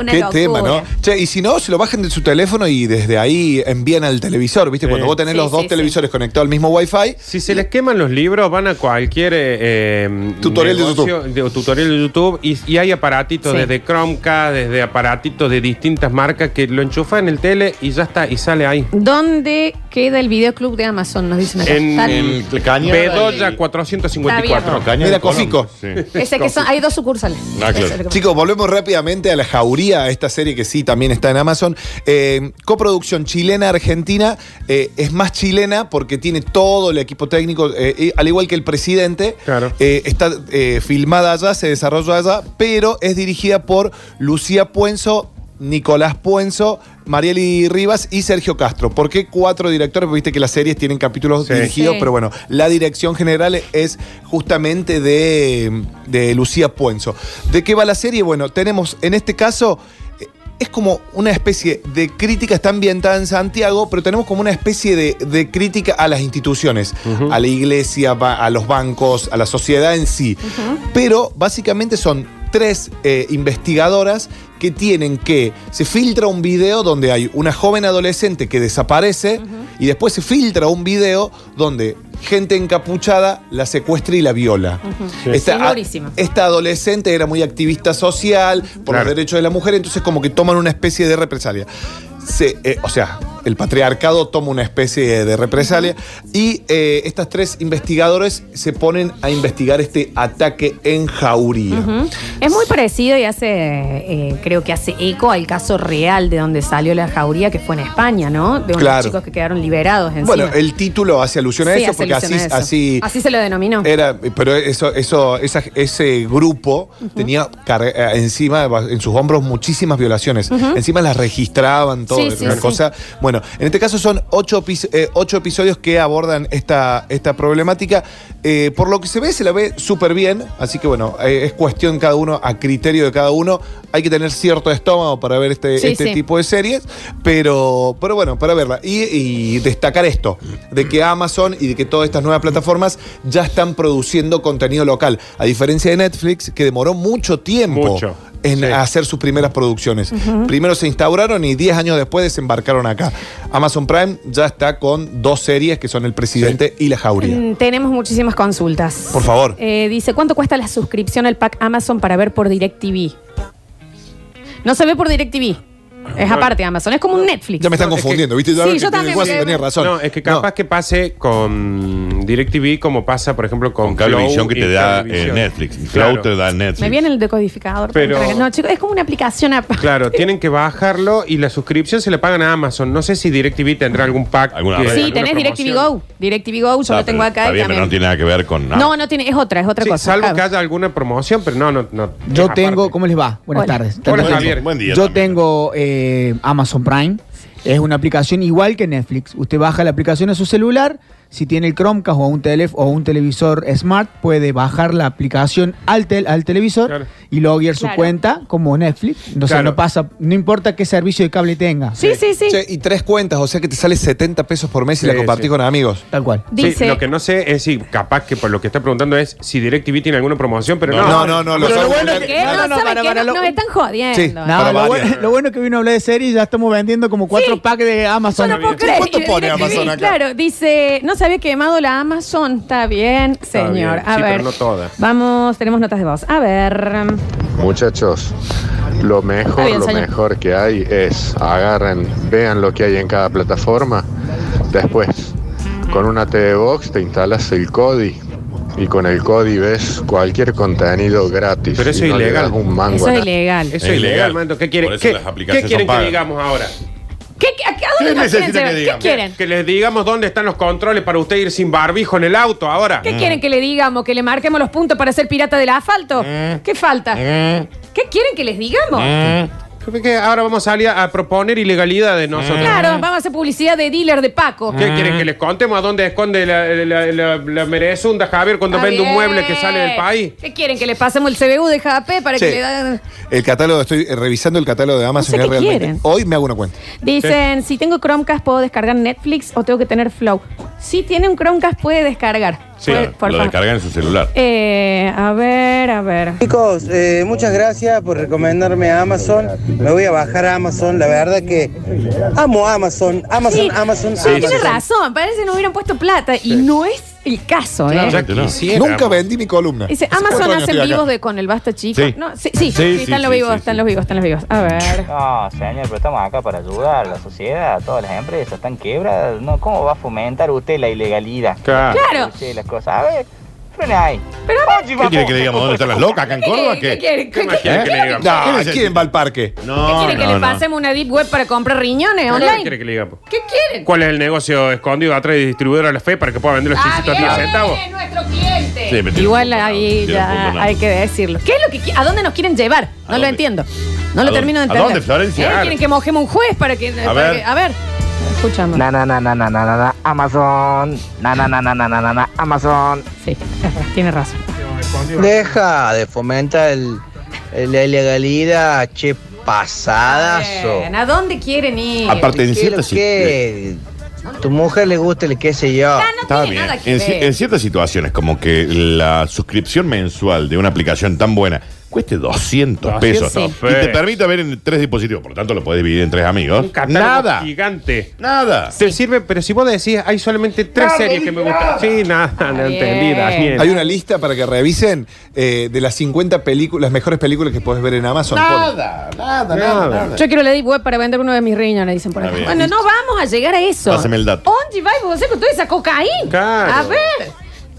Speaker 5: una
Speaker 2: Qué
Speaker 5: locura.
Speaker 2: tema, ¿no? Che, y si no, se lo bajan de su teléfono y desde ahí envían al televisor, ¿viste? Cuando vos tenés
Speaker 5: Sí,
Speaker 2: los dos
Speaker 5: sí, sí.
Speaker 2: televisores conectados al mismo Wi-Fi,
Speaker 3: Si se les queman los libros, van a cualquier eh, eh,
Speaker 2: Tutorial de
Speaker 3: negocio, de- o tutorial de YouTube y, y hay aparatitos
Speaker 5: Sí.
Speaker 3: desde Chromecast, desde aparatitos de distintas marcas que lo enchufan en el tele y ya está, y sale ahí.
Speaker 5: ¿Dónde queda el videoclub de Amazon? Nos dicen acá.
Speaker 3: En-
Speaker 5: Está-
Speaker 4: En Caña.
Speaker 3: Bedoya
Speaker 5: Está
Speaker 3: 454.
Speaker 5: bien.
Speaker 4: Caña
Speaker 2: Mira,
Speaker 4: de Colón.
Speaker 2: Cofico.
Speaker 4: Sí.
Speaker 5: Ese que son, hay dos sucursales.
Speaker 4: Ah, claro.
Speaker 5: Eso es lo que-
Speaker 2: Chicos, volvemos rápidamente a la jauría, a esta serie que sí también está en Amazon. Eh, coproducción chilena-argentina eh, es más chilena porque tiene todo el equipo técnico, eh, y al igual que el presidente.
Speaker 3: Claro.
Speaker 2: Eh, está eh, filmada allá, se desarrolla allá, pero es dirigida por Lucía Puenzo. Nicolás Puenzo, Marieli Rivas y Sergio Castro. ¿Por qué cuatro directores? Porque viste que las series tienen capítulos
Speaker 3: Sí.
Speaker 2: dirigidos,
Speaker 5: Sí.
Speaker 2: pero bueno, la dirección general es justamente de, de Lucía Puenzo. ¿De qué va la serie? Bueno, tenemos en este caso. eh, Es como una especie de crítica, está ambientada en Santiago, pero tenemos como una especie de, de crítica a las instituciones, a la iglesia, ba- a los bancos, a la sociedad en sí. Pero básicamente son tres eh, investigadoras que tienen que. Se filtra un video donde hay una joven adolescente que desaparece y después se filtra un video donde gente encapuchada la secuestra y la viola.
Speaker 5: Sí,
Speaker 2: a-
Speaker 5: durísimo.
Speaker 2: esta adolescente era muy activista social por
Speaker 3: Claro.
Speaker 2: los derechos de la mujer, entonces como que toman una especie de represalia. Se, eh, o sea, el patriarcado toma una especie de represalia y eh, estas tres investigadores se ponen a investigar este ataque en Jauría.
Speaker 5: Es muy parecido y hace, eh, creo que hace eco al caso real de donde salió la jauría, que fue en España, ¿no? De unos
Speaker 2: Claro.
Speaker 5: chicos que quedaron liberados encima.
Speaker 2: Bueno, el título hace alusión a
Speaker 5: Sí,
Speaker 2: eso
Speaker 5: hace
Speaker 2: porque así,
Speaker 5: alusión a eso.
Speaker 2: así
Speaker 5: Así se lo denominó.
Speaker 2: Era, pero eso, eso, esa- ese grupo tenía car- eh, encima, en sus hombros, muchísimas violaciones. Encima las registraban, todo.
Speaker 5: Sí,
Speaker 2: era
Speaker 5: sí,
Speaker 2: una
Speaker 5: sí.
Speaker 2: cosa. Bueno, en este caso son ocho, epi- eh, ocho episodios que abordan esta, esta problemática. Eh, por lo que se ve, se la ve súper bien. Así que bueno, eh, es cuestión cada uno, a criterio de cada uno. Hay que tener cierto estómago para ver este,
Speaker 5: Sí,
Speaker 2: este
Speaker 5: sí.
Speaker 2: tipo de series. Pero, pero bueno, para verla. Y, y destacar esto: de que Amazon y de que todas estas nuevas plataformas ya están produciendo contenido local. A diferencia de Netflix, que demoró mucho tiempo
Speaker 3: Mucho,
Speaker 2: en
Speaker 3: sí.
Speaker 2: hacer sus primeras producciones. Primero se instauraron y 10 años después desembarcaron acá. Amazon Prime ya está con dos series que son El Presidente y La Jauría.
Speaker 5: Mm, Tenemos muchísimas consultas.
Speaker 2: Por favor.
Speaker 5: Eh, dice, ¿cuánto cuesta la suscripción al pack Amazon para ver por DirecTV? No se ve por DirecTV. Es aparte Amazon. Es como un Netflix.
Speaker 2: Ya me están
Speaker 3: No, es que-
Speaker 2: confundiendo, ¿viste? Ya
Speaker 5: Sí,
Speaker 2: veo que
Speaker 5: yo también,
Speaker 2: Guasi
Speaker 5: porque-
Speaker 2: tenía razón.
Speaker 3: No, es que capaz
Speaker 2: No.
Speaker 3: que pase con DirecTV como pasa, por ejemplo, con,
Speaker 4: Con Cablevisión
Speaker 3: Flow
Speaker 4: que
Speaker 3: y
Speaker 4: te da
Speaker 3: Cablevisión.
Speaker 4: eh, Netflix.
Speaker 3: Claro.
Speaker 4: Flow te da Netflix.
Speaker 5: Me viene el decodificador.
Speaker 3: Pero-
Speaker 5: No, chicos, es como una aplicación. aparte.
Speaker 3: Claro, tienen que bajarlo y la suscripción se le pagan a Amazon. No sé si DirecTV tendrá algún pack.
Speaker 4: Alguna
Speaker 3: que-
Speaker 4: red.
Speaker 5: Sí,
Speaker 3: alguna
Speaker 5: tenés DirecTV
Speaker 3: promoción.
Speaker 5: Go. DirecTV Go, yo
Speaker 4: Ah,
Speaker 5: lo tengo
Speaker 4: pero
Speaker 5: acá.
Speaker 4: Está
Speaker 5: y
Speaker 4: bien,
Speaker 5: también-
Speaker 4: pero no tiene nada que ver con nada.
Speaker 5: no, no tiene, es otra, es otra
Speaker 3: Sí,
Speaker 5: cosa.
Speaker 3: salvo
Speaker 5: Claro.
Speaker 3: que haya alguna promoción, pero no, no, no.
Speaker 6: Yo
Speaker 3: Aparte.
Speaker 6: tengo, ¿cómo les va? Buenas
Speaker 5: Hola.
Speaker 6: tardes.
Speaker 3: Hola,
Speaker 6: Tanto tiempo.
Speaker 3: Javier.
Speaker 4: Buen día
Speaker 6: Yo
Speaker 4: también.
Speaker 6: tengo eh, Amazon Prime. Es una aplicación igual que Netflix. Usted baja la aplicación a su celular. Si tiene el Chromecast o un, tele- o un televisor smart, puede bajar la aplicación al, tel- al televisor
Speaker 3: Claro.
Speaker 6: y loguear su
Speaker 5: Claro.
Speaker 6: cuenta como Netflix. Entonces
Speaker 3: Claro.
Speaker 6: no pasa, no importa qué servicio de cable tenga.
Speaker 5: Sí, sí, sí.
Speaker 2: Che, y tres cuentas, o sea que te sale 70 pesos por mes y
Speaker 3: Sí,
Speaker 2: la compartís
Speaker 3: sí.
Speaker 2: con amigos.
Speaker 6: Tal cual.
Speaker 3: Sí,
Speaker 5: Dice,
Speaker 3: lo que no sé es si capaz que por lo que está preguntando es si DirecTV tiene alguna promoción, pero no.
Speaker 2: No, no, no, no, lo
Speaker 6: Pero lo
Speaker 2: son-
Speaker 6: bueno es
Speaker 5: ¿qué?
Speaker 6: No,
Speaker 5: No,
Speaker 6: no, no,
Speaker 5: ¿saben
Speaker 6: para,
Speaker 5: qué?
Speaker 6: para,
Speaker 5: No-
Speaker 6: lo-
Speaker 5: nos están jodiendo.
Speaker 2: Sí,
Speaker 5: ¿eh?
Speaker 6: No,
Speaker 2: Para
Speaker 6: lo,
Speaker 2: varias.
Speaker 6: bueno, lo bueno es que vino a hablar de series y ya estamos vendiendo como cuatro
Speaker 5: Sí.
Speaker 6: packs de
Speaker 5: Yo
Speaker 6: Amazon.
Speaker 5: no puedo creer.
Speaker 2: ¿Cuánto
Speaker 5: Y
Speaker 2: pone
Speaker 5: DirecTV,
Speaker 2: Amazon acá?
Speaker 5: Claro, dice, no se había quemado la Amazon. Está bien, señor.
Speaker 3: bien.
Speaker 5: A
Speaker 3: Sí,
Speaker 5: ver.
Speaker 3: pero no todas.
Speaker 5: Vamos, tenemos notas de voz. A ver.
Speaker 7: Muchachos, lo mejor,
Speaker 5: Está bien,
Speaker 7: lo
Speaker 5: señor.
Speaker 7: mejor que hay es agarren, vean lo que hay en cada plataforma. Después, con una TV Box te instalas el CODI y con el CODI ves cualquier contenido gratis.
Speaker 3: Pero eso
Speaker 7: y
Speaker 3: es
Speaker 7: no le
Speaker 3: ilegal.
Speaker 7: das un mango
Speaker 5: Eso
Speaker 7: a
Speaker 5: es
Speaker 7: nadie.
Speaker 5: ilegal.
Speaker 3: Eso
Speaker 4: Es
Speaker 3: es ilegal,
Speaker 4: ilegal.
Speaker 3: Mando. ¿Qué
Speaker 4: Por
Speaker 3: quieren,
Speaker 4: eso
Speaker 3: ¿Qué,
Speaker 4: las
Speaker 3: qué
Speaker 4: aplicaciones
Speaker 3: quieren
Speaker 4: son
Speaker 3: que
Speaker 4: pagas.
Speaker 3: digamos ahora?
Speaker 5: ¿Qué, qué- a qué- a dónde
Speaker 4: ¿Qué
Speaker 5: nos quieren
Speaker 4: necesitan
Speaker 5: llevar?
Speaker 4: que
Speaker 5: ¿Qué
Speaker 4: digamos?
Speaker 5: quieren?
Speaker 3: Que les digamos dónde están los controles para usted ir sin barbijo en el auto ahora.
Speaker 5: ¿Qué quieren que le digamos? ¿Que le marquemos los puntos para ser pirata del asfalto?
Speaker 3: Mm.
Speaker 5: ¿Qué falta? ¿Qué quieren que les digamos?
Speaker 3: Creo que ahora vamos a salir a proponer ilegalidades nosotros.
Speaker 5: Claro, vamos a hacer publicidad de dealer de Paco.
Speaker 3: ¿Qué quieren que les contemos a dónde esconde la, la, la- la merezunda Javier cuando
Speaker 5: Está
Speaker 3: vende un
Speaker 5: bien.
Speaker 3: mueble que sale del país?
Speaker 5: ¿Qué quieren que le pasemos el CBU de JP para
Speaker 2: Che,
Speaker 5: que le dan...
Speaker 2: el catálogo, estoy eh, revisando el catálogo de Amazon
Speaker 5: sé
Speaker 2: y
Speaker 5: qué
Speaker 2: realmente.
Speaker 5: quieren.
Speaker 2: Hoy me hago una cuenta.
Speaker 5: Dicen, si tengo Chromecast, ¿puedo descargar Netflix o tengo que tener Flow? Si tiene un Chromecast, puede descargar.
Speaker 4: Sí,
Speaker 5: Puede-
Speaker 4: lo
Speaker 5: por favor.
Speaker 4: descargan en su celular.
Speaker 5: Eh, a ver, a ver.
Speaker 8: Chicos, eh, muchas gracias por recomendarme a Amazon. Me voy a bajar a Amazon. La verdad que amo Amazon. Amazon,
Speaker 5: Sí,
Speaker 8: Amazon,
Speaker 5: sí, tiene
Speaker 8: Amazon.
Speaker 5: razón. Parece que no hubieran puesto plata. Y no es el caso, ¿eh?
Speaker 3: Ya
Speaker 4: no.
Speaker 3: quisiéramos.
Speaker 2: Nunca vendí mi columna.
Speaker 5: Dice,
Speaker 2: ¿Hace
Speaker 5: Amazon
Speaker 2: cuántos años
Speaker 5: hacen
Speaker 2: estoy acá?
Speaker 5: vivos de con el basta chico.
Speaker 4: Sí.
Speaker 5: No, sí, sí,
Speaker 4: Sí,
Speaker 5: sí,
Speaker 4: sí,
Speaker 5: están los
Speaker 4: sí,
Speaker 5: vivos,
Speaker 4: sí,
Speaker 5: están
Speaker 4: sí.
Speaker 5: los vivos, están los vivos. A ver.
Speaker 9: No, señor, pero estamos acá para ayudar. La sociedad, todas las empresas están quebradas. No, ¿Cómo va a fomentar usted la ilegalidad?
Speaker 3: Claro.
Speaker 5: Claro.
Speaker 9: Escuche las cosas. A ver, frene ahí.
Speaker 5: Pero a ver,
Speaker 4: ¿Qué quiere que le digamos dónde están las locas? ¿Acá en Córdoba?
Speaker 5: ¿qué
Speaker 4: ¿Qué? ¿Eh?
Speaker 5: quieren? ¿Qué-
Speaker 3: ¿Qué más
Speaker 5: qué-
Speaker 3: quieren que le digamos?
Speaker 2: Nah,
Speaker 4: ¿Qué necesita?
Speaker 2: ¿Quién va al parque?
Speaker 5: ¿Qué
Speaker 4: No,
Speaker 5: quieren que
Speaker 4: no,
Speaker 5: le
Speaker 4: no.
Speaker 5: pasemos una deep web para comprar riñones
Speaker 3: ¿Qué quiere
Speaker 5: online?
Speaker 3: que le digamos?
Speaker 5: ¿Qué quieren?
Speaker 3: ¿Cuál es el negocio escondido atrás de distribuidora de la fe para que pueda vender los
Speaker 5: Ah,
Speaker 3: chisitos a 10
Speaker 5: bien,
Speaker 3: centavos?
Speaker 5: es nuestro cliente.
Speaker 4: Sí, me tiene un
Speaker 5: Igual
Speaker 4: punto,
Speaker 5: ahí
Speaker 4: no, tiene un punto,
Speaker 5: ya
Speaker 4: no.
Speaker 5: hay que decirlo. ¿Qué es lo que qui- a dónde nos quieren llevar? No lo
Speaker 4: dónde?
Speaker 5: entiendo. No
Speaker 4: ¿A
Speaker 5: lo
Speaker 4: dónde?
Speaker 5: termino de
Speaker 4: ¿A
Speaker 5: entender.
Speaker 4: dónde, Florencia?
Speaker 5: ¿Eh?
Speaker 3: Claro.
Speaker 5: Quieren que mojemos un juez para que para
Speaker 4: ver.
Speaker 5: que- a ver. Escuchamos.
Speaker 9: Na, na, na, na, na, na, na, na, Amazon. Na, na, na, na, na, na, na, na, Amazon.
Speaker 5: Sí, es verdad, tiene razón.
Speaker 8: Deja de fomentar el- el- la ilegalidad, che, pasadazo.
Speaker 5: Bien, ¿A dónde quieren ir?
Speaker 4: Aparte,
Speaker 8: ¿Qué
Speaker 4: en
Speaker 8: es lo
Speaker 4: ciertas
Speaker 8: que
Speaker 4: situaciones.
Speaker 8: tu mujer le gusta el qué sé yo?
Speaker 5: Ah, no
Speaker 4: Está
Speaker 5: tiene
Speaker 4: bien.
Speaker 5: nada que
Speaker 4: En, ci-
Speaker 5: ver.
Speaker 4: en ciertas situaciones, como que la suscripción mensual de una aplicación tan buena cueste 200
Speaker 3: 200
Speaker 4: pesos.
Speaker 3: pesos.
Speaker 4: Y te permite ver en tres dispositivos, por lo tanto lo puedes dividir en tres amigos.
Speaker 3: catálogo
Speaker 4: Nada.
Speaker 3: gigante.
Speaker 4: Nada.
Speaker 3: Te sirve, pero si vos decís, hay solamente tres
Speaker 4: Nada,
Speaker 3: series que me gustan. Sí, nada, no entendí, Daniel.
Speaker 2: Hay una lista para que revisen eh, de las 50 películas, las mejores películas que puedes ver en Amazon.
Speaker 4: Nada, nada,
Speaker 3: nada.
Speaker 5: Yo quiero la Deep Web para vender uno de mis riñones, dicen por
Speaker 4: Está
Speaker 5: acá.
Speaker 4: bien.
Speaker 5: Bueno, no vamos a llegar a eso.
Speaker 4: Pásame el dato.
Speaker 5: ¿Dónde va vos con toda esa cocaína?
Speaker 3: Claro.
Speaker 5: A ver.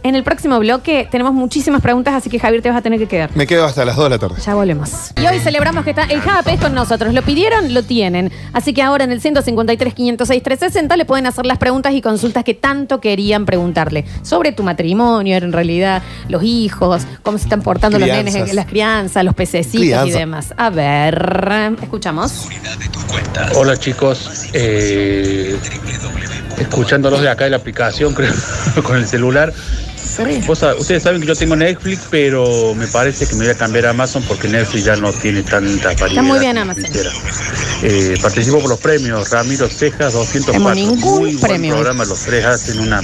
Speaker 5: En el próximo bloque tenemos muchísimas preguntas, así que Javier te vas a tener que quedar.
Speaker 2: Pon- Me quedo hasta las 2 de la tarde.
Speaker 5: Ya volvemos. Y hoy celebramos que está el JAPES con nosotros. Lo pidieron, lo tienen. Así que ahora en el 153 506 360 le pueden hacer las preguntas y consultas que tanto querían preguntarle. Sobre tu matrimonio, en realidad, los hijos, cómo se están portando los
Speaker 2: Crianzas.
Speaker 5: nenes, las crianzas, los pececitos y
Speaker 2: Crianza.
Speaker 5: demás. A ver, escuchamos.
Speaker 10: Hola chicos, eh, escuchándolos de acá de la aplicación, creo, con el celular. Vos sab- ustedes saben que yo tengo Netflix, pero me parece que me voy a cambiar a Amazon porque Netflix ya no tiene tanta variedad.
Speaker 5: muy bien
Speaker 10: como
Speaker 5: Amazon.
Speaker 10: quisiera. Eh, participo por los premios, Ramiro Cejas 204.
Speaker 5: Tenemos ningún
Speaker 10: muy buen
Speaker 5: premio.
Speaker 10: programa, los tres hacen una,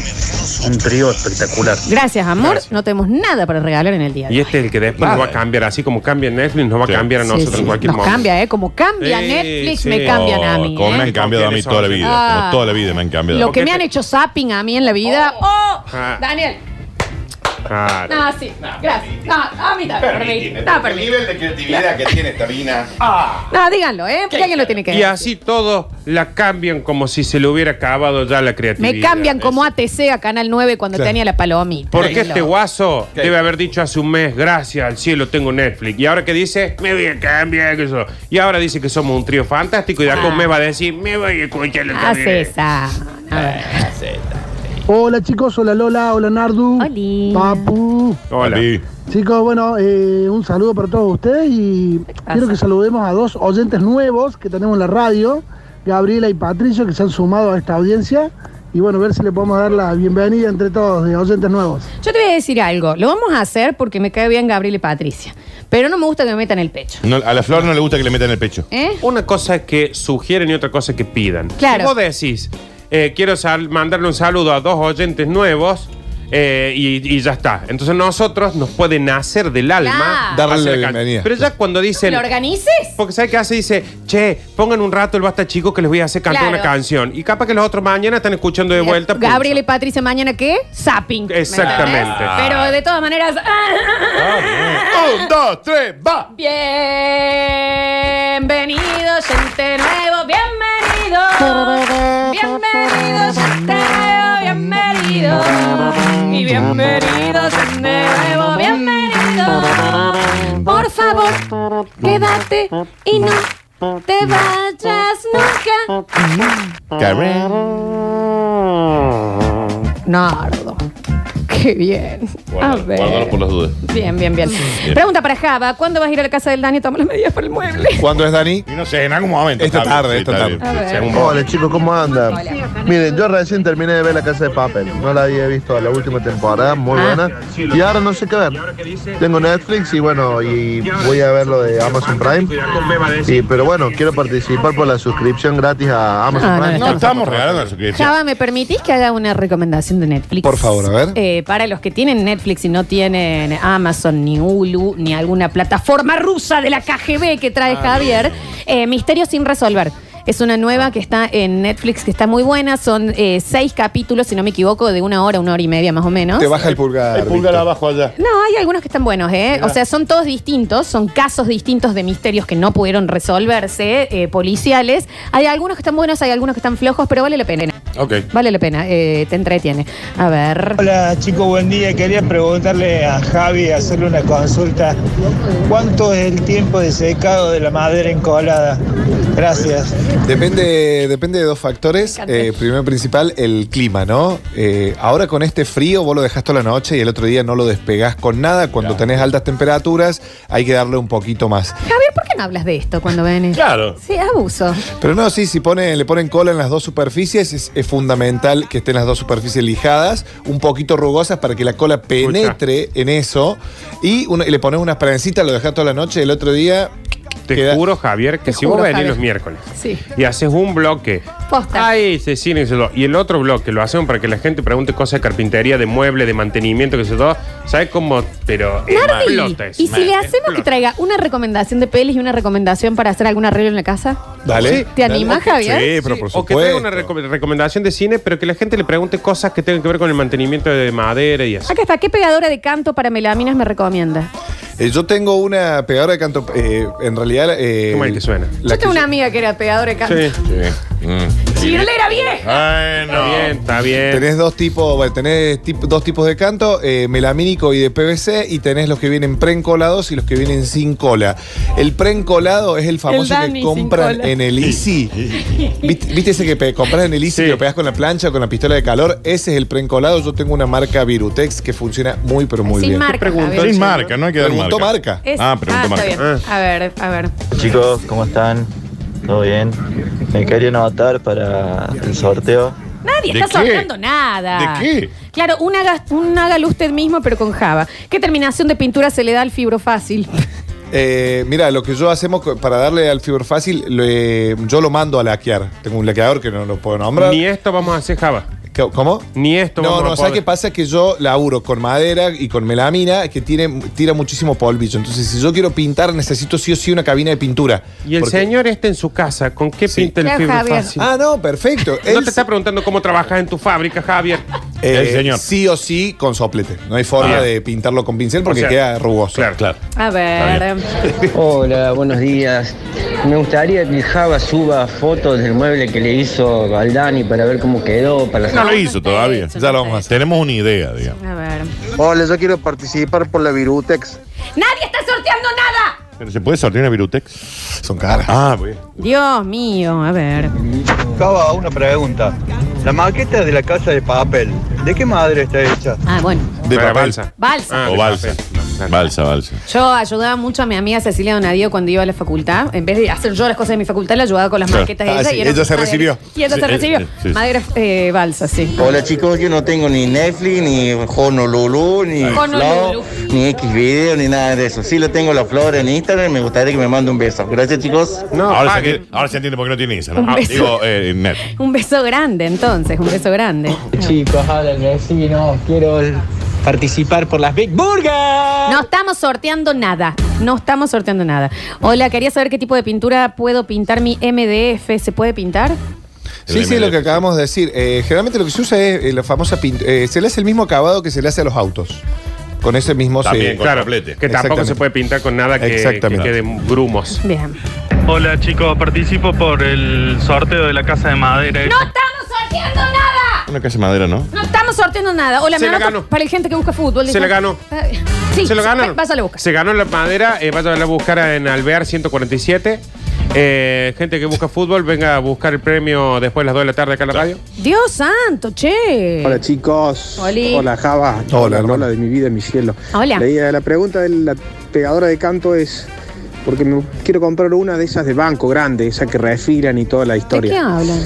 Speaker 10: un trío espectacular.
Speaker 5: Gracias, amor. No tenemos nada para regalar en el día. de
Speaker 3: Y este es el que después nos va a cambiar, así como cambia Netflix, nos va a cambiar a
Speaker 5: Sí,
Speaker 3: nosotros
Speaker 5: sí.
Speaker 3: en cualquier
Speaker 5: Nos
Speaker 3: momento.
Speaker 5: cambia, ¿eh? Como cambia
Speaker 3: Sí,
Speaker 5: Netflix,
Speaker 3: sí.
Speaker 5: me cambian a
Speaker 4: Oh,
Speaker 5: mí.
Speaker 4: como
Speaker 5: ¿eh?
Speaker 4: me han cambiado a mí toda la vida.
Speaker 5: Ah.
Speaker 4: Como toda la vida me han cambiado.
Speaker 5: Lo que me han hecho zapping a mí en la vida. ¡Oh!
Speaker 4: Ah.
Speaker 5: Daniel.
Speaker 4: Claro.
Speaker 5: No, sí. Gracias. No, a mí también. por mí. No, por
Speaker 4: El
Speaker 5: mí.
Speaker 4: nivel de creatividad que tiene esta mina.
Speaker 5: Ah. No, díganlo, ¿eh? Porque alguien lo tiene que
Speaker 3: Y
Speaker 5: decir.
Speaker 3: así todos la cambian como si se le hubiera acabado ya la creatividad.
Speaker 5: Me cambian como ATC a Canal 9 cuando
Speaker 3: Claro.
Speaker 5: tenía la palomita.
Speaker 3: Porque
Speaker 5: Díganlo.
Speaker 3: este guaso debe haber dicho hace un mes, gracias al cielo tengo Netflix. Y ahora que dice, me voy a cambiar. que eso. Y ahora dice que somos un trío fantástico y
Speaker 5: Ah.
Speaker 3: de acá un mes va a decir, me voy a escuchar lo que
Speaker 5: Hace
Speaker 3: viene".
Speaker 5: esa. A ver.
Speaker 11: Hola chicos, hola Lola, hola Nardu. Hola. Papu.
Speaker 3: Hola.
Speaker 11: Chicos, bueno, eh, un saludo para todos ustedes y quiero que saludemos a dos oyentes nuevos que tenemos en la radio, Gabriela y Patricio, que se han sumado a esta audiencia. Y bueno, ver si le podemos dar la bienvenida entre todos de oyentes nuevos.
Speaker 5: Yo te voy a decir algo. Lo vamos a hacer porque me cae bien Gabriel y Patricia. Pero no me gusta que me metan el pecho.
Speaker 4: No, a la flor no le gusta que le metan el pecho.
Speaker 5: ¿Eh?
Speaker 3: Una cosa es que sugieren y otra cosa es que pidan.
Speaker 5: Claro.
Speaker 3: Si vos decís, eh, quiero sal- mandarle un saludo a dos oyentes nuevos eh, y, y ya está. Entonces nosotros nos puede nacer del alma.
Speaker 5: Claro.
Speaker 2: Darle
Speaker 3: hacer
Speaker 2: la
Speaker 3: canción.
Speaker 2: bienvenida.
Speaker 3: Pero ya cuando dicen...
Speaker 5: ¿Lo organices?
Speaker 3: Porque ¿sabe qué hace? Dice, che, pongan un rato el basta chico que les voy a hacer cantar
Speaker 5: Claro.
Speaker 3: una canción. Y capaz que los otros mañana están escuchando de vuelta. pum.
Speaker 5: Gabriel y Patricia, mañana qué? Zapping. ¿me
Speaker 3: Exactamente.
Speaker 5: entendés? Pero de todas maneras.
Speaker 4: Un, dos, tres, va.
Speaker 5: Bienvenido, gente nuevo. Bienvenido. Bienvenido, gente nuevo. Bienvenido. Y bienvenido, gente nuevo. Bienvenido. Por favor, quédate y no te vayas nunca. Ah. Nardo. Qué bien. A ver.
Speaker 4: Guárdalo por las dudas.
Speaker 5: Bien, bien, bien. Pregunta para Java. ¿Cuándo vas a ir a la casa del Dani a tomar las medidas para el mueble?
Speaker 2: ¿Cuándo es Dani?
Speaker 4: Y no sé, en algún momento.
Speaker 2: Esta
Speaker 4: está
Speaker 2: tarde,
Speaker 4: bien,
Speaker 2: esta
Speaker 4: está
Speaker 2: tarde.
Speaker 4: bien.
Speaker 5: A ver.
Speaker 4: Según vos.
Speaker 12: Hola chicos, ¿cómo andan? Miren, yo recién terminé de ver La Casa de Papel. No la había visto la última temporada, muy
Speaker 5: Ah.
Speaker 12: buena. Y ahora no sé qué ver. Tengo Netflix y bueno, y voy a ver lo de Amazon Prime. Y, pero bueno, quiero participar por la suscripción gratis a
Speaker 5: Ah,
Speaker 12: Amazon
Speaker 5: no,
Speaker 12: Prime.
Speaker 5: no, No,
Speaker 4: estamos regalando la suscripción.
Speaker 5: Java, ¿me permitís que haga una recomendación de Netflix?
Speaker 2: Por favor, a ver.
Speaker 5: Eh, para los que tienen Netflix y no tienen Amazon, ni Hulu, ni alguna plataforma rusa de la KGB que
Speaker 2: Ah,
Speaker 5: trae Javier, eh, Misterio sin resolver. Es una nueva que está en Netflix, que está muy buena. Son eh, seis capítulos, si no me equivoco, de una hora, una hora y media más o
Speaker 4: ¿Ah?
Speaker 5: menos.
Speaker 2: Te baja el pulgar.
Speaker 4: El pulgar
Speaker 2: Víctor.
Speaker 4: abajo allá.
Speaker 5: No, hay algunos que están buenos, ¿eh? O sea, son todos distintos, son casos distintos de misterios que no pudieron resolverse, eh, policiales. Hay algunos que están buenos, hay algunos que están flojos, pero vale la pena.
Speaker 4: Ok.
Speaker 5: Vale la pena, eh, te entretiene. A ver.
Speaker 13: Hola chicos, buen día. Quería preguntarle a Javi, hacerle una consulta. ¿Cuánto es el tiempo de secado de la madera encolada? Gracias.
Speaker 2: Depende, depende de dos factores. Eh, primero y principal, el clima, ¿no? Eh, ahora con este frío vos lo dejás toda la noche y el otro día no lo despegás con nada. Cuando tenés altas temperaturas hay que darle un poquito más.
Speaker 5: Javier, ¿por qué no hablas de esto cuando venís?
Speaker 4: Claro.
Speaker 5: Sí, abuso.
Speaker 2: Pero no, sí, si pone, le ponen cola en las dos superficies, es, es fundamental que estén las dos superficies lijadas, un poquito rugosas para que la cola penetre en eso. Y, una- y le pones unas parencitas, lo dejas toda la noche, el otro día
Speaker 3: te
Speaker 2: Queda-
Speaker 3: juro, Javier, que
Speaker 2: Te
Speaker 3: si vos
Speaker 2: juro,
Speaker 3: venís
Speaker 2: Javier.
Speaker 3: los miércoles
Speaker 5: Sí.
Speaker 3: y haces un bloque.
Speaker 5: Posta.
Speaker 3: Ay, se cine, se lo- y el otro bloque lo hacemos para que la gente pregunte cosas de carpintería, de mueble, de mantenimiento, que se todo. ¿Sabes cómo? Pero
Speaker 5: Nardi,
Speaker 3: explota eso.
Speaker 5: ¿y si le hacemos que
Speaker 3: Explota.
Speaker 5: traiga una recomendación de pelis y una recomendación para hacer algún arreglo en la casa?
Speaker 3: Dale.
Speaker 5: ¿Te animás, Javier?
Speaker 3: Sí, pero por supuesto. O que traiga una recom- recomendación de cine, pero que la gente le pregunte cosas que tengan que ver con el mantenimiento de madera y así.
Speaker 5: Acá está, ¿qué pegadora de canto para melaminas me recomienda?
Speaker 2: Eh, yo tengo una pegadora de canto. eh, en realidad. Eh, ¿Cómo que
Speaker 3: suena?
Speaker 5: Yo tengo una amiga que era pegadora de canto. ¡Chirlera vieja!
Speaker 4: Mm. Bueno.
Speaker 3: Está bien, está bien.
Speaker 2: Tenés dos tipos, bueno, tenés tip- dos tipos de canto, eh, melamínico y de PVC, y tenés los que vienen preencolados y los que vienen sin cola. El preencolado es el famoso
Speaker 5: Dani sin
Speaker 2: que compran
Speaker 5: cola.
Speaker 2: en el Easy. ¿Viste, viste ese que pe- compras en el Easy y lo pegas con la plancha o con la pistola de calor? Ese es el preencolado. Yo tengo una marca Virutex que funciona muy, pero muy
Speaker 5: Sin
Speaker 2: bien.
Speaker 5: marca, Preguntó- Javier.
Speaker 4: Sin marca, no hay que dar
Speaker 2: Preguntó marca.
Speaker 5: Es- ah, está bien. A ver, a ver.
Speaker 14: Chicos, ¿cómo están? ¿Todo bien? Me quería anotar para el sorteo.
Speaker 5: Nadie
Speaker 14: ¿De
Speaker 5: está
Speaker 14: qué?
Speaker 5: sorteando nada.
Speaker 14: ¿De qué?
Speaker 5: Claro, un, haga, un hágalo usted mismo, pero con Java. ¿Qué terminación de pintura se le da al fibro fácil?
Speaker 2: Eh, mira, lo que yo hacemos co- para darle al fibro fácil, lo, eh, yo lo mando a laquear. Tengo un laqueador que no lo puedo nombrar.
Speaker 3: Ni esto vamos a hacer Java.
Speaker 2: ¿Qué- ¿Cómo?
Speaker 3: Ni esto
Speaker 2: No,
Speaker 3: vamos a
Speaker 2: no, ¿sabes
Speaker 3: poder.
Speaker 2: qué pasa? Que yo laburo con madera y con melamina que tiene, tira muchísimo polvillo. Entonces, si yo quiero pintar, necesito sí o sí una cabina de pintura.
Speaker 3: Y el señor este en su casa, ¿con qué pinta el
Speaker 2: Claro,
Speaker 3: fibro
Speaker 2: Javier.
Speaker 3: fácil?
Speaker 2: Ah, no, perfecto.
Speaker 3: No te está preguntando cómo trabajas en tu fábrica, Javier.
Speaker 2: Eh, Sí o sí con soplete. No hay forma
Speaker 3: Ah.
Speaker 2: de pintarlo con pincel porque
Speaker 3: O sea,
Speaker 2: queda rugoso.
Speaker 3: Claro, claro.
Speaker 5: A ver.
Speaker 15: Hola, buenos días. Me gustaría que Java suba fotos del mueble que le hizo Galdani para ver cómo quedó. Para
Speaker 4: No lo hizo todavía. Ya lo vamos a hacer. Tenemos una idea, digamos.
Speaker 5: A ver.
Speaker 8: Oh,
Speaker 15: Hola, yo quiero participar por la Virutex.
Speaker 5: ¡Nadie está sorteando nada!
Speaker 4: Pero se puede sortear una Virutex. Son
Speaker 2: caras.
Speaker 4: Ah, bien.
Speaker 5: Dios mío, a ver.
Speaker 15: Java, una pregunta. La maqueta de la casa de papel, ¿de qué madre está hecha?
Speaker 5: Ah, bueno.
Speaker 4: De
Speaker 3: Para
Speaker 4: papel.
Speaker 3: balsa.
Speaker 5: Balsa. Ah,
Speaker 4: o balsa. Balsa, balsa.
Speaker 5: Yo ayudaba mucho a mi amiga Cecilia Donadio cuando iba a la facultad. En vez de hacer yo las cosas de mi facultad, la ayudaba con las
Speaker 4: Claro.
Speaker 5: maquetas de
Speaker 4: Ah,
Speaker 5: ella.
Speaker 4: sí,
Speaker 5: y era
Speaker 4: ella se
Speaker 5: madera.
Speaker 4: recibió.
Speaker 5: Y ella
Speaker 4: Sí,
Speaker 5: se
Speaker 4: eh,
Speaker 5: recibió.
Speaker 4: eh, sí, sí.
Speaker 5: Madera eh, balsa, sí.
Speaker 15: Hola chicos, yo no tengo ni Netflix, ni Honolulu, ni
Speaker 5: Honolulu.
Speaker 15: Flow, ni X video, ni nada de eso. Sí lo tengo la flor en Instagram, me gustaría que me mande un beso. Gracias chicos.
Speaker 4: ahora, se entiende, ahora se entiende por qué no tiene Instagram.
Speaker 5: Un
Speaker 4: Ah,
Speaker 5: beso.
Speaker 4: digo, eh, net.
Speaker 5: Un beso grande, entonces. Un beso grande.
Speaker 16: Chicos, habla el vecino. Quiero participar por las Big Burger.
Speaker 5: No estamos sorteando nada. No estamos sorteando nada. Hola, quería saber qué tipo de pintura puedo pintar mi MDF. ¿Se puede pintar?
Speaker 2: Sí, sí, lo que acabamos de decir. Eh, generalmente lo que se usa es eh, la famosa pint- eh, se le hace el mismo acabado que se le hace a los autos. Con ese mismo se-
Speaker 3: También, claro, que tampoco se
Speaker 2: Exactamente.
Speaker 3: puede pintar con nada que, que
Speaker 2: Exactamente.
Speaker 3: quede grumos.
Speaker 5: Bien.
Speaker 17: Hola chicos, participo por el sorteo de la casa de madera.
Speaker 5: ¡No estamos sorteando nada!
Speaker 4: Una casa de madera, ¿no?
Speaker 5: No estamos sorteando nada. Hola,
Speaker 3: Se
Speaker 5: me
Speaker 3: la
Speaker 5: anoto
Speaker 3: ganó.
Speaker 5: para el gente que busca fútbol.
Speaker 3: Se la ganó.
Speaker 5: Ah, Sí,
Speaker 3: se lo ganaron.
Speaker 5: Vas a la busca.
Speaker 3: Se ganó la madera, eh, vaya a la buscar en Alvear 147. Eh, gente que busca fútbol, venga a buscar el premio después de las 2 de la tarde acá en la radio.
Speaker 5: Dios santo, che.
Speaker 18: Hola chicos.
Speaker 5: Oli.
Speaker 18: Hola Java. Hola, hola de mi vida, mi cielo.
Speaker 5: Hola.
Speaker 18: La, idea- la pregunta de la pegadora de canto es porque me quiero comprar una de esas de banco grande, esa que refilan y toda la
Speaker 5: ¿De qué
Speaker 18: historia.
Speaker 5: hablan?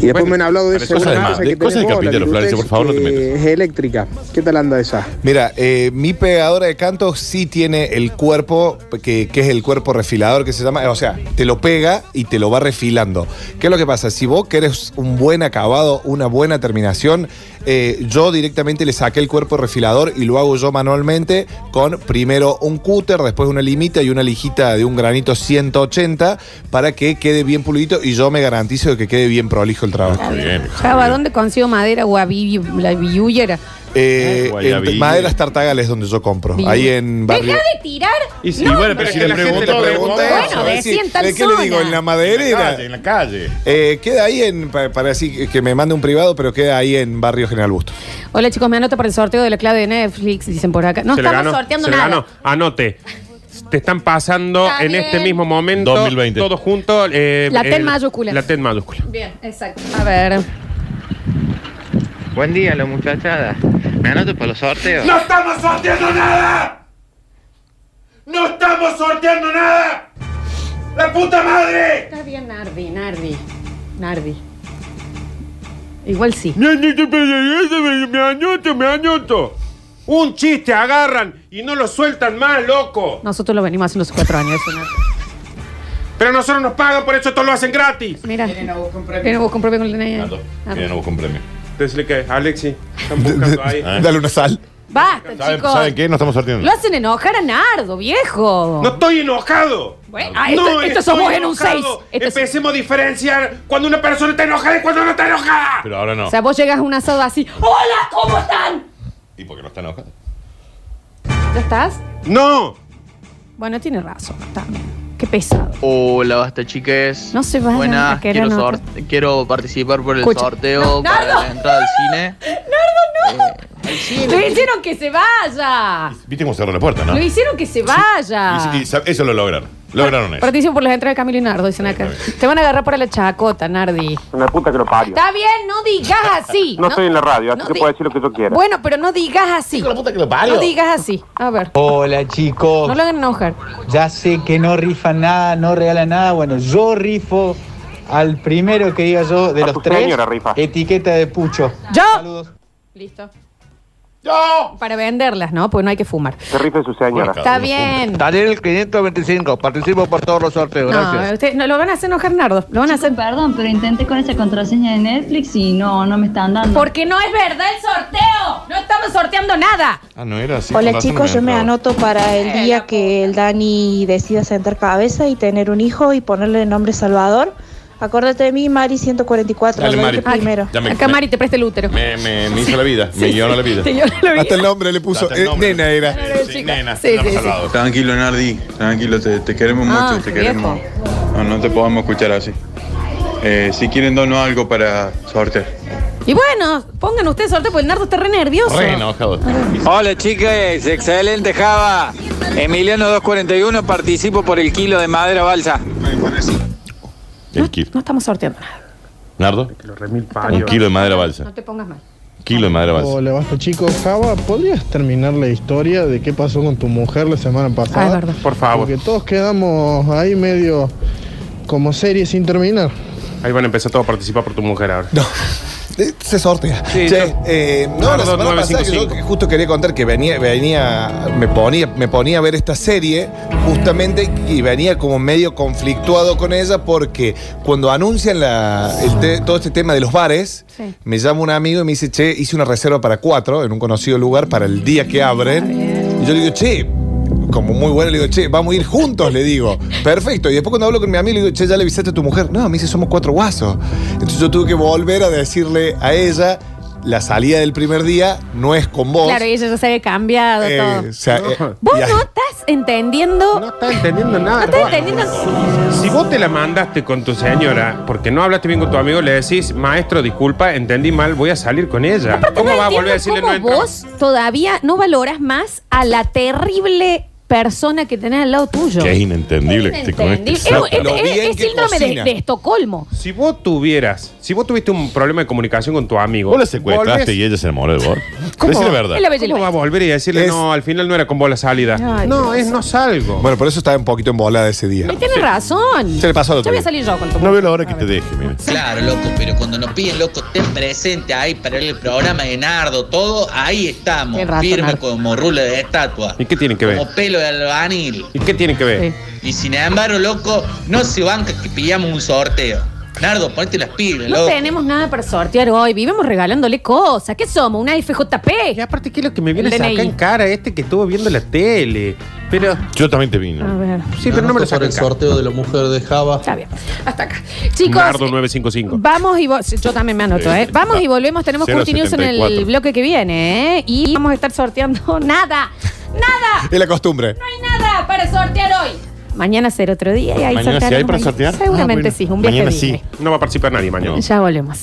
Speaker 18: Y después me han hablado de
Speaker 4: pero
Speaker 18: esa una
Speaker 4: cosas de ma-
Speaker 18: cosa
Speaker 4: de
Speaker 18: que
Speaker 4: cosas de
Speaker 18: tenés vos, la
Speaker 4: capítulo,
Speaker 18: Virutex,
Speaker 4: Florencia, por favor, no te
Speaker 18: que Es eléctrica. ¿Qué tal anda esa?
Speaker 2: Mira, eh, mi pegadora de canto sí tiene el cuerpo, que, que es el cuerpo refilador que se llama, o sea, te lo pega y te lo va refilando. ¿Qué es lo que pasa? Si vos querés un buen acabado, una buena terminación, eh, yo directamente le saqué el cuerpo refilador y lo hago yo manualmente con primero un cúter, después una limita y una lijita de un granito 180 para que quede bien pulidito y yo me garantizo de que quede bien prolijo el trabajo.
Speaker 5: Java, ¿dónde consigo madera o a vi- la viullera?
Speaker 2: Eh,
Speaker 4: Guayabirí.
Speaker 2: en Maderas Tartagales es donde yo compro. Ahí en
Speaker 5: Deja
Speaker 2: barrio.
Speaker 5: de tirar.
Speaker 4: Y si-
Speaker 5: No,
Speaker 4: y bueno,
Speaker 5: no.
Speaker 4: pero si le pregunta, pregunta eso,
Speaker 5: Bueno,
Speaker 4: a ver
Speaker 5: decía en tal
Speaker 2: ¿De qué le digo?
Speaker 5: zona.
Speaker 2: ¿En la maderera?
Speaker 4: En la calle.
Speaker 2: Eh, queda ahí en, pa- para, así que me mande un privado, pero queda ahí en Barrio General Bustos.
Speaker 5: Hola chicos, me anoto para el sorteo de la clave de Netflix, dicen por acá. No
Speaker 3: Se la
Speaker 5: estamos
Speaker 3: ganó,
Speaker 5: sorteando
Speaker 3: se la
Speaker 5: nada.
Speaker 3: ganó. Anote. Te están pasando
Speaker 5: Está
Speaker 3: en
Speaker 5: bien.
Speaker 3: este mismo momento.
Speaker 4: 2020.
Speaker 3: Todos juntos. eh,
Speaker 5: La T en
Speaker 3: el-
Speaker 5: mayúscula.
Speaker 3: La T en mayúscula.
Speaker 5: Bien, exacto. A ver.
Speaker 16: Buen día, la muchachada. Me anoto para los sorteos.
Speaker 19: ¡No estamos sorteando nada! ¡No estamos sorteando nada! ¡La puta madre!
Speaker 5: Está bien, Nardi, Nardi. Nardi. Igual sí.
Speaker 3: Me anoto, me anoto. Un chiste agarran y no lo sueltan más, loco.
Speaker 5: Nosotros lo venimos haciendo hace cuatro años. eso, Nardi.
Speaker 3: Pero nosotros nos pagan, por eso todos lo hacen gratis.
Speaker 5: Mira. Viene a buscar un premio con el DNI. Ah,
Speaker 4: Miren, no busco un premio. ¿Eh?
Speaker 3: Decirle que, Alexi, están buscando ahí.
Speaker 2: Dale una sal.
Speaker 5: Basta,
Speaker 4: ¿Saben
Speaker 5: chicos.
Speaker 4: saben qué? No estamos sorteando.
Speaker 5: Lo hacen enojar a Nardo, viejo.
Speaker 3: ¡No estoy enojado!
Speaker 5: Bueno, ah, esto, esto sos
Speaker 3: estoy
Speaker 5: vos en un 6.
Speaker 3: enojado. Empecemos a diferenciar cuando una persona está enojada y cuando no está enojada.
Speaker 4: Pero ahora no.
Speaker 5: O sea, vos llegas a un asado así. ¡Hola! ¿Cómo están?
Speaker 4: ¿Y por qué no está enojado?
Speaker 5: ¿Ya estás?
Speaker 3: ¡No!
Speaker 5: Bueno, tiene razón. también. Qué pesado.
Speaker 16: Hola, basta chiques.
Speaker 5: No se vayan
Speaker 16: Buenas,
Speaker 5: a querer
Speaker 16: quiero,
Speaker 5: anotar.
Speaker 16: sort- quiero participar por el
Speaker 5: Escucha.
Speaker 16: sorteo
Speaker 5: No,
Speaker 16: para
Speaker 5: Nardo.
Speaker 16: la entrada al cine. Eh,
Speaker 5: ¡Nardo, no! ¡Le hicieron que se vaya!
Speaker 4: ¿Viste cómo cerró la puerta, no?
Speaker 5: ¡Lo hicieron que se vaya!
Speaker 4: Y- y sa- eso lo lograron. Lograron eso.
Speaker 5: Participo por las entradas de Camilo y Nardo, dicen acá. Te van a agarrar para la chacota, Nardi.
Speaker 3: Una puta que lo parió.
Speaker 5: Está bien, no digas así.
Speaker 3: radio,
Speaker 5: así no que di- puedo
Speaker 3: decir lo que yo quiera.
Speaker 5: Bueno, pero no digas así.
Speaker 16: parió.
Speaker 5: No digas así. A ver.
Speaker 16: Hola chicos.
Speaker 5: No lo hagan enojar.
Speaker 16: Ya sé que no rifan nada, no regalan nada. Bueno, yo rifo al primero que diga yo de los tres.
Speaker 9: señora rifa.
Speaker 16: Etiqueta de pucho.
Speaker 5: ¡Yo! Listo.
Speaker 4: ¡Yo!
Speaker 5: Para venderlas, ¿no? Pues no hay que fumar.
Speaker 9: Que rife su señora.
Speaker 5: Está bien.
Speaker 16: Daniel 525, participo por todos los sorteos,
Speaker 5: No, ustedes no, lo van a hacer enojar, Nardo. Lo van a hacer.
Speaker 20: Perdón, pero intenté con esa contraseña de Netflix y no, no me están dando.
Speaker 5: Porque no es verdad el sorteo. No estamos sorteando nada. Eh,
Speaker 4: Ah, no era así.
Speaker 21: Hola
Speaker 4: con razón
Speaker 21: chicos, yo
Speaker 4: no
Speaker 21: me
Speaker 4: entraba.
Speaker 21: anoto para el día que el Dani decida sentar cabeza y tener un hijo y ponerle el nombre Salvador. Acuérdate de mí, Mari 144,
Speaker 4: Dale,
Speaker 21: lo
Speaker 4: Mari.
Speaker 21: dije primero.
Speaker 4: Ya me-
Speaker 5: Acá
Speaker 4: me-
Speaker 5: Mari te presta el útero.
Speaker 4: Me, me, me hizo la vida, me guionó la vida.
Speaker 5: Te llora la vida.
Speaker 2: Hasta el nombre le puso.
Speaker 4: Hasta el
Speaker 2: eh,
Speaker 4: nombre.
Speaker 2: nena era.
Speaker 5: Claro, chico.
Speaker 4: nena,
Speaker 5: Sí,
Speaker 4: la
Speaker 5: sí, sí.
Speaker 4: Salvador.
Speaker 22: Tranquilo, Nardi, tranquilo, te, te queremos
Speaker 5: Ah,
Speaker 22: mucho, te
Speaker 5: viejo.
Speaker 22: queremos. No, no te podemos escuchar así. Eh, si quieren, dono algo para sortear.
Speaker 5: Y bueno, pongan ustedes sorteo porque el Nardo está re nervioso.
Speaker 22: Re
Speaker 4: enojado.
Speaker 16: Hola chicas, excelente Java. Emiliano 241, participo por el kilo de madera balsa.
Speaker 4: El kilo.
Speaker 5: No estamos sorteando nada.
Speaker 4: ¿Nardo? Un kilo de madera balsa.
Speaker 5: No te pongas mal.
Speaker 4: Kilo de madera balsa.
Speaker 11: Hola, basta chicos. Java, ¿podrías terminar la historia de qué pasó con tu mujer la semana pasada?
Speaker 3: Ah, es verdad. Por favor.
Speaker 11: Porque todos quedamos ahí medio como serie sin terminar.
Speaker 3: Ahí van a empezar todos a participar por tu mujer ahora.
Speaker 2: Eh, Se sortea.
Speaker 3: Sí,
Speaker 2: Che,
Speaker 3: no.
Speaker 2: eh, no, la
Speaker 3: Nardo
Speaker 2: semana pasada que yo
Speaker 3: 955.
Speaker 2: justo quería contar que venía, venía, me ponía, me ponía a ver esta serie justamente y venía como medio conflictuado con ella porque cuando anuncian la- el te- todo este tema de los bares,
Speaker 5: Sí.
Speaker 2: me llama un amigo y me dice, che, hice una reserva para cuatro en un conocido lugar para el día que abren. Y yo le digo, che, como muy bueno, le digo, che, vamos a ir juntos, le digo. Perfecto. Y después cuando hablo con mi amigo, le digo, che, ya le avisaste a tu mujer. No, me dice, somos cuatro guasos. Entonces yo tuve que volver a decirle a ella, la salida del primer día no es con vos.
Speaker 5: Claro, y ella ya se había cambiado
Speaker 2: Eh,
Speaker 5: todo.
Speaker 2: o sea, eh,
Speaker 5: Vos
Speaker 2: y ahí-
Speaker 5: no estás entendiendo. No
Speaker 3: estás entendiendo nada.
Speaker 5: No estás entendiendo.
Speaker 3: Si vos te la mandaste con tu señora porque no hablaste bien con tu amigo, le decís, maestro, disculpa, entendí mal, voy a salir con ella. ¿Cómo va a volver a decirle no
Speaker 5: ¿Cómo
Speaker 3: entra?
Speaker 5: vos todavía no valoras más a la terrible persona que tenés al lado tuyo?
Speaker 4: Que es inentendible que te
Speaker 5: Entendí.
Speaker 4: conectes.
Speaker 5: Es, es- es- es síndrome de, de Estocolmo.
Speaker 3: Si vos tuvieras, si vos tuviste un problema de comunicación con tu amigo.
Speaker 4: Vos la secuestraste y ella se enamoró de vos. Decí la verdad.
Speaker 3: ¿Cómo va a volver y decirle,
Speaker 2: Es-
Speaker 3: no, al final no era con vos la salida?
Speaker 5: Ay,
Speaker 3: no,
Speaker 5: Dios.
Speaker 3: es no salgo.
Speaker 2: Bueno, por eso estaba un poquito embolada ese día.
Speaker 5: Y Tienes razón.
Speaker 2: Se le pasó al
Speaker 5: Ya
Speaker 2: otro
Speaker 5: voy a
Speaker 2: día.
Speaker 5: salir yo con tu
Speaker 4: No veo la hora que te deje, mira.
Speaker 23: Claro, loco, pero cuando nos piden, loco, estén presente ahí para el programa de Nardo, todo, ahí estamos,
Speaker 5: Tienes razón,
Speaker 23: firme
Speaker 5: Nardo.
Speaker 23: como rulo de estatua,
Speaker 3: ¿Y qué tienen que ver?
Speaker 23: como pelo de albanil.
Speaker 3: ¿Y qué tienen que ver?
Speaker 23: Y sin embargo, loco, no se banca que pillamos un sorteo. Nardo, ponete las pilas,
Speaker 5: No
Speaker 23: loco.
Speaker 5: tenemos nada para sortear hoy. Vivimos regalándole cosas. ¿Qué somos? ¿Una FJP? Y
Speaker 3: aparte, ¿qué es lo que me viene
Speaker 5: a
Speaker 3: acá en cara este que estuvo viendo la tele. Pero.
Speaker 4: Yo también te vino.
Speaker 5: A ver.
Speaker 3: Sí, pero no me lo saco
Speaker 16: el sorteo de la mujer de Java.
Speaker 5: Está bien. Hasta acá. Chicos,
Speaker 3: Nardo 955.
Speaker 5: Vamos y vo- sí, yo también me anoto,
Speaker 3: Sí.
Speaker 5: ¿eh? Vamos y volvemos, tenemos Curti News en
Speaker 2: 074.
Speaker 5: el bloque que viene, ¿eh? Y vamos a estar sorteando nada, nada,
Speaker 2: Es la costumbre.
Speaker 5: nada para sortear hoy. Mañana será otro día y ahí
Speaker 3: Mañana sí hay
Speaker 5: sortearemos
Speaker 3: para
Speaker 5: ahí.
Speaker 3: sortear.
Speaker 5: Seguramente
Speaker 3: Ah, bueno.
Speaker 5: sí, un viaje a Disney.
Speaker 3: No va a participar nadie mañana.
Speaker 5: Ya volvemos.